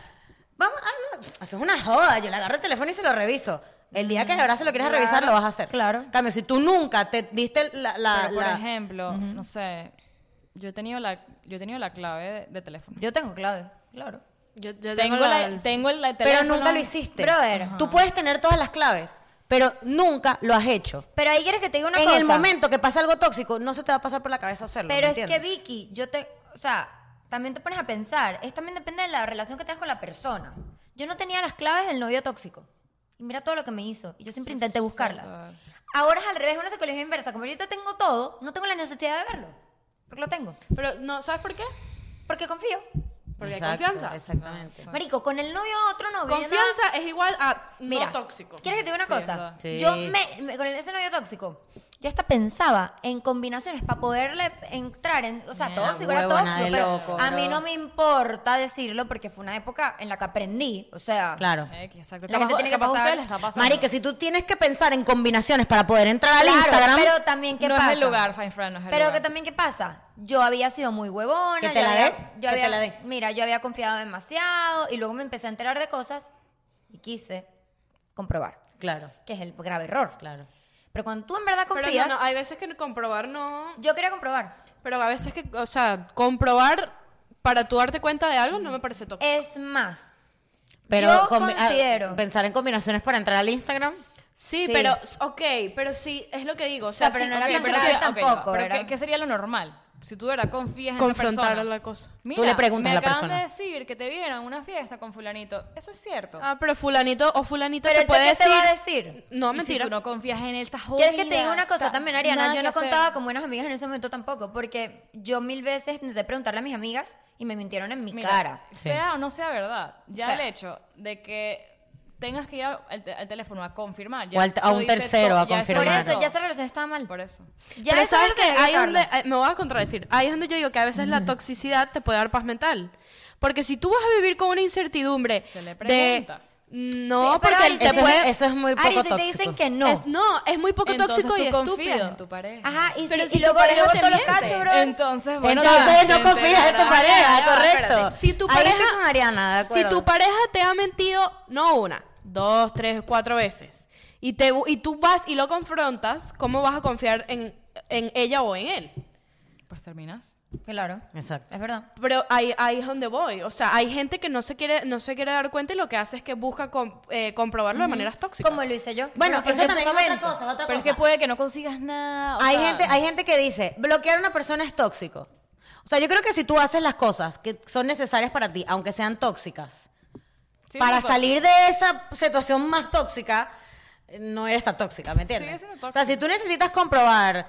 [SPEAKER 1] Vamos, ah, no, eso es una joda. Yo le agarro el teléfono y se lo reviso. El día que de verdad se lo quieras
[SPEAKER 3] Mm, Claro,
[SPEAKER 1] revisar, lo vas a hacer.
[SPEAKER 3] claro.
[SPEAKER 1] En cambio, si tú nunca te diste la...
[SPEAKER 3] Ah,
[SPEAKER 1] la-
[SPEAKER 4] Pero, por
[SPEAKER 1] la-
[SPEAKER 4] ejemplo, no sé, yo he tenido la, yo he tenido la clave de, de teléfono.
[SPEAKER 3] Yo tengo clave, claro.
[SPEAKER 2] Yo, yo
[SPEAKER 4] Tengo, la- tengo el, el
[SPEAKER 1] Pero
[SPEAKER 4] teléfono.
[SPEAKER 1] nunca lo hiciste.
[SPEAKER 3] Brother.
[SPEAKER 1] Tú puedes tener todas las claves, pero nunca lo has hecho.
[SPEAKER 3] Pero ahí quieres que te diga una
[SPEAKER 1] en
[SPEAKER 3] cosa.
[SPEAKER 1] el momento que pasa algo tóxico, no se te va a pasar por la cabeza hacerlo.
[SPEAKER 3] Pero
[SPEAKER 1] ¿me
[SPEAKER 3] es que
[SPEAKER 1] entiendes?
[SPEAKER 3] Vicky, yo te, o sea, también te pones a pensar, es también depende de la relación que tengas con la persona. Yo no tenía las claves del novio tóxico. Y mira todo lo que me hizo. Y yo siempre intenté buscarlas. Ahora es al revés, una psicología inversa. Como yo ahorita tengo todo, no tengo la necesidad de verlo. Porque lo tengo.
[SPEAKER 2] Pero no, ¿sabes por qué?
[SPEAKER 3] Porque confío.
[SPEAKER 2] Porque hay
[SPEAKER 1] Exacto,
[SPEAKER 2] confianza.
[SPEAKER 1] Exactamente.
[SPEAKER 3] Marico, con el novio otro novio. yo andaba-
[SPEAKER 2] Confianza es igual a no
[SPEAKER 3] Mira,
[SPEAKER 2] tóxico.
[SPEAKER 3] ¿Quieres que te diga una
[SPEAKER 4] Sí, es
[SPEAKER 3] cosa?
[SPEAKER 4] verdad.
[SPEAKER 1] Sí.
[SPEAKER 3] Yo me, me- con ese novio tóxico, yo hasta pensaba en combinaciones para poderle entrar en, o sea,
[SPEAKER 1] Mira,
[SPEAKER 3] tóxico era
[SPEAKER 1] huevona
[SPEAKER 3] tóxico,
[SPEAKER 1] de
[SPEAKER 3] pero
[SPEAKER 1] loco,
[SPEAKER 3] a mí
[SPEAKER 1] bro.
[SPEAKER 3] no me importa decirlo porque fue una época en la que aprendí, o sea,
[SPEAKER 1] Claro.
[SPEAKER 4] X, exacto.
[SPEAKER 3] La gente tiene que
[SPEAKER 4] capaz a
[SPEAKER 3] pasar-
[SPEAKER 4] ustedes les Eh, está pasando.
[SPEAKER 1] Marica, si tú tienes que pensar en combinaciones para poder entrar al
[SPEAKER 3] Claro,
[SPEAKER 1] Instagram,
[SPEAKER 3] pero también qué
[SPEAKER 4] no
[SPEAKER 3] pasa?
[SPEAKER 4] es el lugar, Fine Friend, no es el
[SPEAKER 3] Pero que
[SPEAKER 4] lugar.
[SPEAKER 3] también qué pasa? Yo había sido muy huevona,
[SPEAKER 1] Que te
[SPEAKER 3] yo
[SPEAKER 1] la
[SPEAKER 3] había-
[SPEAKER 1] dé,
[SPEAKER 3] yo
[SPEAKER 1] que
[SPEAKER 3] había-
[SPEAKER 1] te la dé.
[SPEAKER 3] mira, yo había confiado demasiado y luego me empecé a enterar de cosas y quise comprobar,
[SPEAKER 1] claro,
[SPEAKER 3] que es el grave error.
[SPEAKER 1] claro.
[SPEAKER 3] Pero cuando tú en verdad
[SPEAKER 2] Pero
[SPEAKER 3] confías,
[SPEAKER 2] no, no, hay veces que comprobar no.
[SPEAKER 3] yo quería comprobar.
[SPEAKER 2] Pero a veces que, o sea, comprobar para tú darte cuenta de algo no me parece tóxico.
[SPEAKER 3] Es más,
[SPEAKER 1] Pero
[SPEAKER 3] yo
[SPEAKER 1] combi- ah,
[SPEAKER 3] considero.
[SPEAKER 1] pensar en combinaciones para entrar al Instagram.
[SPEAKER 2] Sí,
[SPEAKER 3] Sí.
[SPEAKER 2] pero, ok, pero sí, es lo que digo. O
[SPEAKER 3] sea,
[SPEAKER 2] sea,
[SPEAKER 3] pero
[SPEAKER 2] sí,
[SPEAKER 3] no era
[SPEAKER 2] sí,
[SPEAKER 3] tan
[SPEAKER 2] pero
[SPEAKER 4] o
[SPEAKER 3] grave
[SPEAKER 2] sí,
[SPEAKER 4] sea, ok,
[SPEAKER 3] tampoco,
[SPEAKER 4] no, pero
[SPEAKER 3] ¿verdad?
[SPEAKER 4] ¿qué, qué sería lo normal? Si tú de verdad confías en esa
[SPEAKER 2] confrontar a
[SPEAKER 4] persona.
[SPEAKER 2] la cosa.
[SPEAKER 4] Mira,
[SPEAKER 1] le preguntas
[SPEAKER 4] me
[SPEAKER 1] a la
[SPEAKER 4] acaban
[SPEAKER 1] persona.
[SPEAKER 4] de decir que te vieron en una fiesta con fulanito. Eso es cierto.
[SPEAKER 2] Ah, pero fulanito o fulanito
[SPEAKER 3] Pero
[SPEAKER 2] te
[SPEAKER 3] él te-
[SPEAKER 2] puede
[SPEAKER 3] ¿qué
[SPEAKER 2] decir...
[SPEAKER 3] te va a decir?
[SPEAKER 2] No,
[SPEAKER 4] Y
[SPEAKER 2] mentira.
[SPEAKER 4] Si tú no confías en él, estás jodida.
[SPEAKER 3] ¿Quieres que te diga una cosa
[SPEAKER 4] Está-
[SPEAKER 3] también, Ariana?
[SPEAKER 4] nada
[SPEAKER 3] Yo
[SPEAKER 4] que
[SPEAKER 3] no
[SPEAKER 4] hacer.
[SPEAKER 3] contaba con buenas amigas en ese momento tampoco, porque yo mil veces intenté preguntarle a mis amigas y me mintieron en mi
[SPEAKER 4] Mira,
[SPEAKER 3] cara.
[SPEAKER 4] Sea o no sea verdad,
[SPEAKER 3] O
[SPEAKER 4] ya
[SPEAKER 3] sea-
[SPEAKER 4] el hecho de que tengas que ir al, te- al teléfono a confirmar.
[SPEAKER 1] O
[SPEAKER 4] Ya
[SPEAKER 1] al- a
[SPEAKER 4] lo
[SPEAKER 1] un
[SPEAKER 4] dice
[SPEAKER 1] tercero
[SPEAKER 4] todo,
[SPEAKER 1] a
[SPEAKER 4] ya
[SPEAKER 3] Por
[SPEAKER 1] Pero
[SPEAKER 4] dice
[SPEAKER 1] confirmar.
[SPEAKER 3] eso,
[SPEAKER 4] todo.
[SPEAKER 3] ya esa relación estaba mal.
[SPEAKER 4] Por eso.
[SPEAKER 3] Ya
[SPEAKER 2] pero
[SPEAKER 3] esa
[SPEAKER 2] sabes que
[SPEAKER 3] relación hay
[SPEAKER 2] ahí es
[SPEAKER 3] dejarla.
[SPEAKER 2] donde eh, me voy a contradecir. Ahí es donde yo digo que a veces
[SPEAKER 3] (laughs)
[SPEAKER 2] la toxicidad te puede dar paz mental. Porque si tú vas a vivir con una incertidumbre
[SPEAKER 4] Se
[SPEAKER 2] de-
[SPEAKER 4] le pregunta.
[SPEAKER 2] no,
[SPEAKER 3] Pero
[SPEAKER 2] porque
[SPEAKER 3] Ari,
[SPEAKER 2] te
[SPEAKER 3] si
[SPEAKER 1] Eso,
[SPEAKER 3] te-
[SPEAKER 2] puede
[SPEAKER 1] es, eso es muy poco
[SPEAKER 3] Ari, si te
[SPEAKER 1] tóxico.
[SPEAKER 3] dicen que no.
[SPEAKER 2] es- no, es muy poco
[SPEAKER 4] Entonces
[SPEAKER 2] tóxico y
[SPEAKER 4] tú confías
[SPEAKER 2] estúpido.
[SPEAKER 4] en tu pareja.
[SPEAKER 3] Ajá, y,
[SPEAKER 2] Pero
[SPEAKER 3] si,
[SPEAKER 2] si
[SPEAKER 3] y luego
[SPEAKER 2] tu pareja
[SPEAKER 3] luego
[SPEAKER 2] te
[SPEAKER 3] todos los
[SPEAKER 2] miente.
[SPEAKER 3] cachos, bro.
[SPEAKER 4] Entonces, bueno,
[SPEAKER 1] Entonces
[SPEAKER 4] te-
[SPEAKER 1] no
[SPEAKER 4] te
[SPEAKER 1] confías en tu
[SPEAKER 4] enterarás.
[SPEAKER 1] pareja,
[SPEAKER 2] Ya va,
[SPEAKER 1] correcto.
[SPEAKER 2] espérate. Si tu
[SPEAKER 1] Ahí
[SPEAKER 2] pareja-
[SPEAKER 1] estoy con Ariana, de
[SPEAKER 2] Si
[SPEAKER 1] acuerdo.
[SPEAKER 2] tu pareja te ha mentido, no una, dos, tres, cuatro veces, y, te, bu- y tú vas y lo confrontas, ¿cómo vas a confiar en, en ella o en él?
[SPEAKER 4] Pues terminas.
[SPEAKER 3] Claro,
[SPEAKER 1] Exacto.
[SPEAKER 3] es verdad.
[SPEAKER 2] Pero ahí, ahí es donde voy. O sea, hay gente que no se quiere, no se quiere dar cuenta y lo que hace es que busca com- eh, comprobarlo de maneras tóxicas.
[SPEAKER 3] Como lo hice yo.
[SPEAKER 1] Bueno,
[SPEAKER 3] Porque
[SPEAKER 1] eso
[SPEAKER 3] en su
[SPEAKER 1] también es otra
[SPEAKER 3] momento-
[SPEAKER 1] cosa, otra
[SPEAKER 4] Pero es
[SPEAKER 1] cosa.
[SPEAKER 4] que puede que no consigas nada. o
[SPEAKER 1] hay
[SPEAKER 4] sea,
[SPEAKER 1] gente hay gente que dice bloquear a una persona es tóxico o sea yo creo que si tú haces las cosas que son necesarias para ti aunque sean tóxicas
[SPEAKER 4] sí,
[SPEAKER 1] para
[SPEAKER 4] no,
[SPEAKER 1] salir de esa situación más tóxica eh, no eres tan tóxica ¿me entiendes?
[SPEAKER 4] Sigue siendo
[SPEAKER 1] o sea si
[SPEAKER 4] tóxica.
[SPEAKER 1] tú necesitas comprobar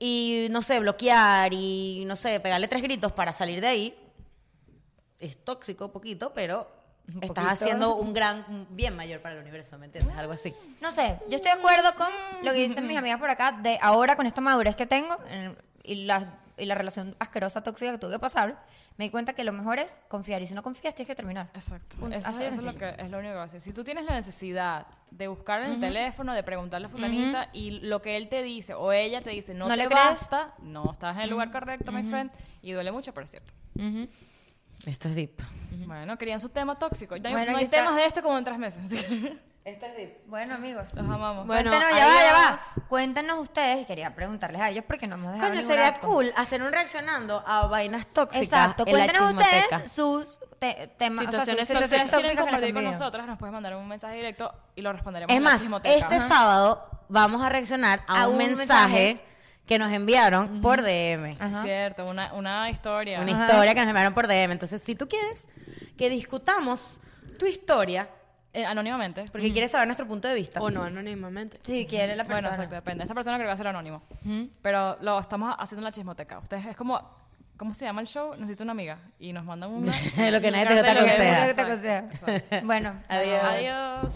[SPEAKER 1] y no sé bloquear y no sé pegarle tres gritos para salir de ahí es tóxico un poquito pero estás
[SPEAKER 3] poquito.
[SPEAKER 1] haciendo un gran un bien mayor para el universo ¿me entiendes? algo así
[SPEAKER 3] No sé, yo estoy de acuerdo con lo que dicen mis amigas por acá de ahora con esta madurez que tengo eh, y la, y la relación asquerosa, tóxica que tuve que pasar, me di cuenta que lo mejor es confiar y si no confías tienes que terminar.
[SPEAKER 4] Exacto.
[SPEAKER 3] Punto.
[SPEAKER 4] Eso,
[SPEAKER 3] Así de
[SPEAKER 4] eso es, lo
[SPEAKER 3] sencillo.
[SPEAKER 4] que, es lo único que va a hacer. Si tú tienes la necesidad de buscar en el teléfono, de preguntarle a fulanita y lo que él te dice o ella te dice no,
[SPEAKER 3] ¿No
[SPEAKER 4] te
[SPEAKER 3] le crees?
[SPEAKER 4] basta, no estás en el lugar correcto, my friend, y duele mucho, pero es cierto.
[SPEAKER 1] esto es deep
[SPEAKER 4] Bueno, querían su tema tóxico. Ya
[SPEAKER 3] Bueno,
[SPEAKER 4] no
[SPEAKER 3] aquí
[SPEAKER 4] hay
[SPEAKER 3] está.
[SPEAKER 4] temas de esto como en tres meses. así que (laughs)
[SPEAKER 1] esto es deep
[SPEAKER 3] Bueno, amigos.
[SPEAKER 4] Los amamos.
[SPEAKER 2] Bueno,
[SPEAKER 3] Cuéntanos, ya va,
[SPEAKER 2] adiós.
[SPEAKER 3] ya va. Cuéntanos ustedes, y quería preguntarles a ellos porque no hemos dejado
[SPEAKER 1] Coño,
[SPEAKER 3] ninguna
[SPEAKER 1] sería
[SPEAKER 3] con-
[SPEAKER 1] cool hacer un reaccionando a vainas tóxicas.
[SPEAKER 3] Exacto,
[SPEAKER 1] en la
[SPEAKER 3] cuéntanos
[SPEAKER 1] chismoteca.
[SPEAKER 3] ustedes sus te- temas, o sea, sus
[SPEAKER 2] Situaciones
[SPEAKER 4] si
[SPEAKER 3] situaciones
[SPEAKER 4] ustedes
[SPEAKER 2] tóxicas.
[SPEAKER 4] quieren
[SPEAKER 3] tóxicas que
[SPEAKER 4] compartir
[SPEAKER 3] les
[SPEAKER 4] con
[SPEAKER 3] han vivido.
[SPEAKER 4] nosotras, nos puedes mandar un mensaje directo y lo responderemos
[SPEAKER 1] Es
[SPEAKER 4] en la
[SPEAKER 1] más,
[SPEAKER 4] chismoteca.
[SPEAKER 1] este sábado vamos a reaccionar a, un, mensaje, Ah, que nos enviaron por DM.
[SPEAKER 3] Ajá.
[SPEAKER 4] Cierto, una, una historia.
[SPEAKER 1] Una historia que nos enviaron por DM. Entonces, si tú quieres que discutamos tu historia,
[SPEAKER 4] Eh, anónimamente.
[SPEAKER 1] porque quieres saber nuestro punto de vista. (laughs)
[SPEAKER 2] O no, anónimamente.
[SPEAKER 3] Si quiere la
[SPEAKER 4] Bueno,
[SPEAKER 3] persona.
[SPEAKER 4] exacto, depende. Esta persona creo que va a ser anónimo. Pero lo estamos haciendo en la chismoteca. Ustedes es como, ¿cómo se llama el show? Necesito una amiga.
[SPEAKER 3] (laughs)
[SPEAKER 4] Y nos mandan una.
[SPEAKER 1] lo que nadie te
[SPEAKER 2] Carta
[SPEAKER 1] lo
[SPEAKER 2] de lo que-
[SPEAKER 4] (laughs)
[SPEAKER 1] aconseja.
[SPEAKER 3] Bueno,
[SPEAKER 1] Adiós.
[SPEAKER 2] Adiós.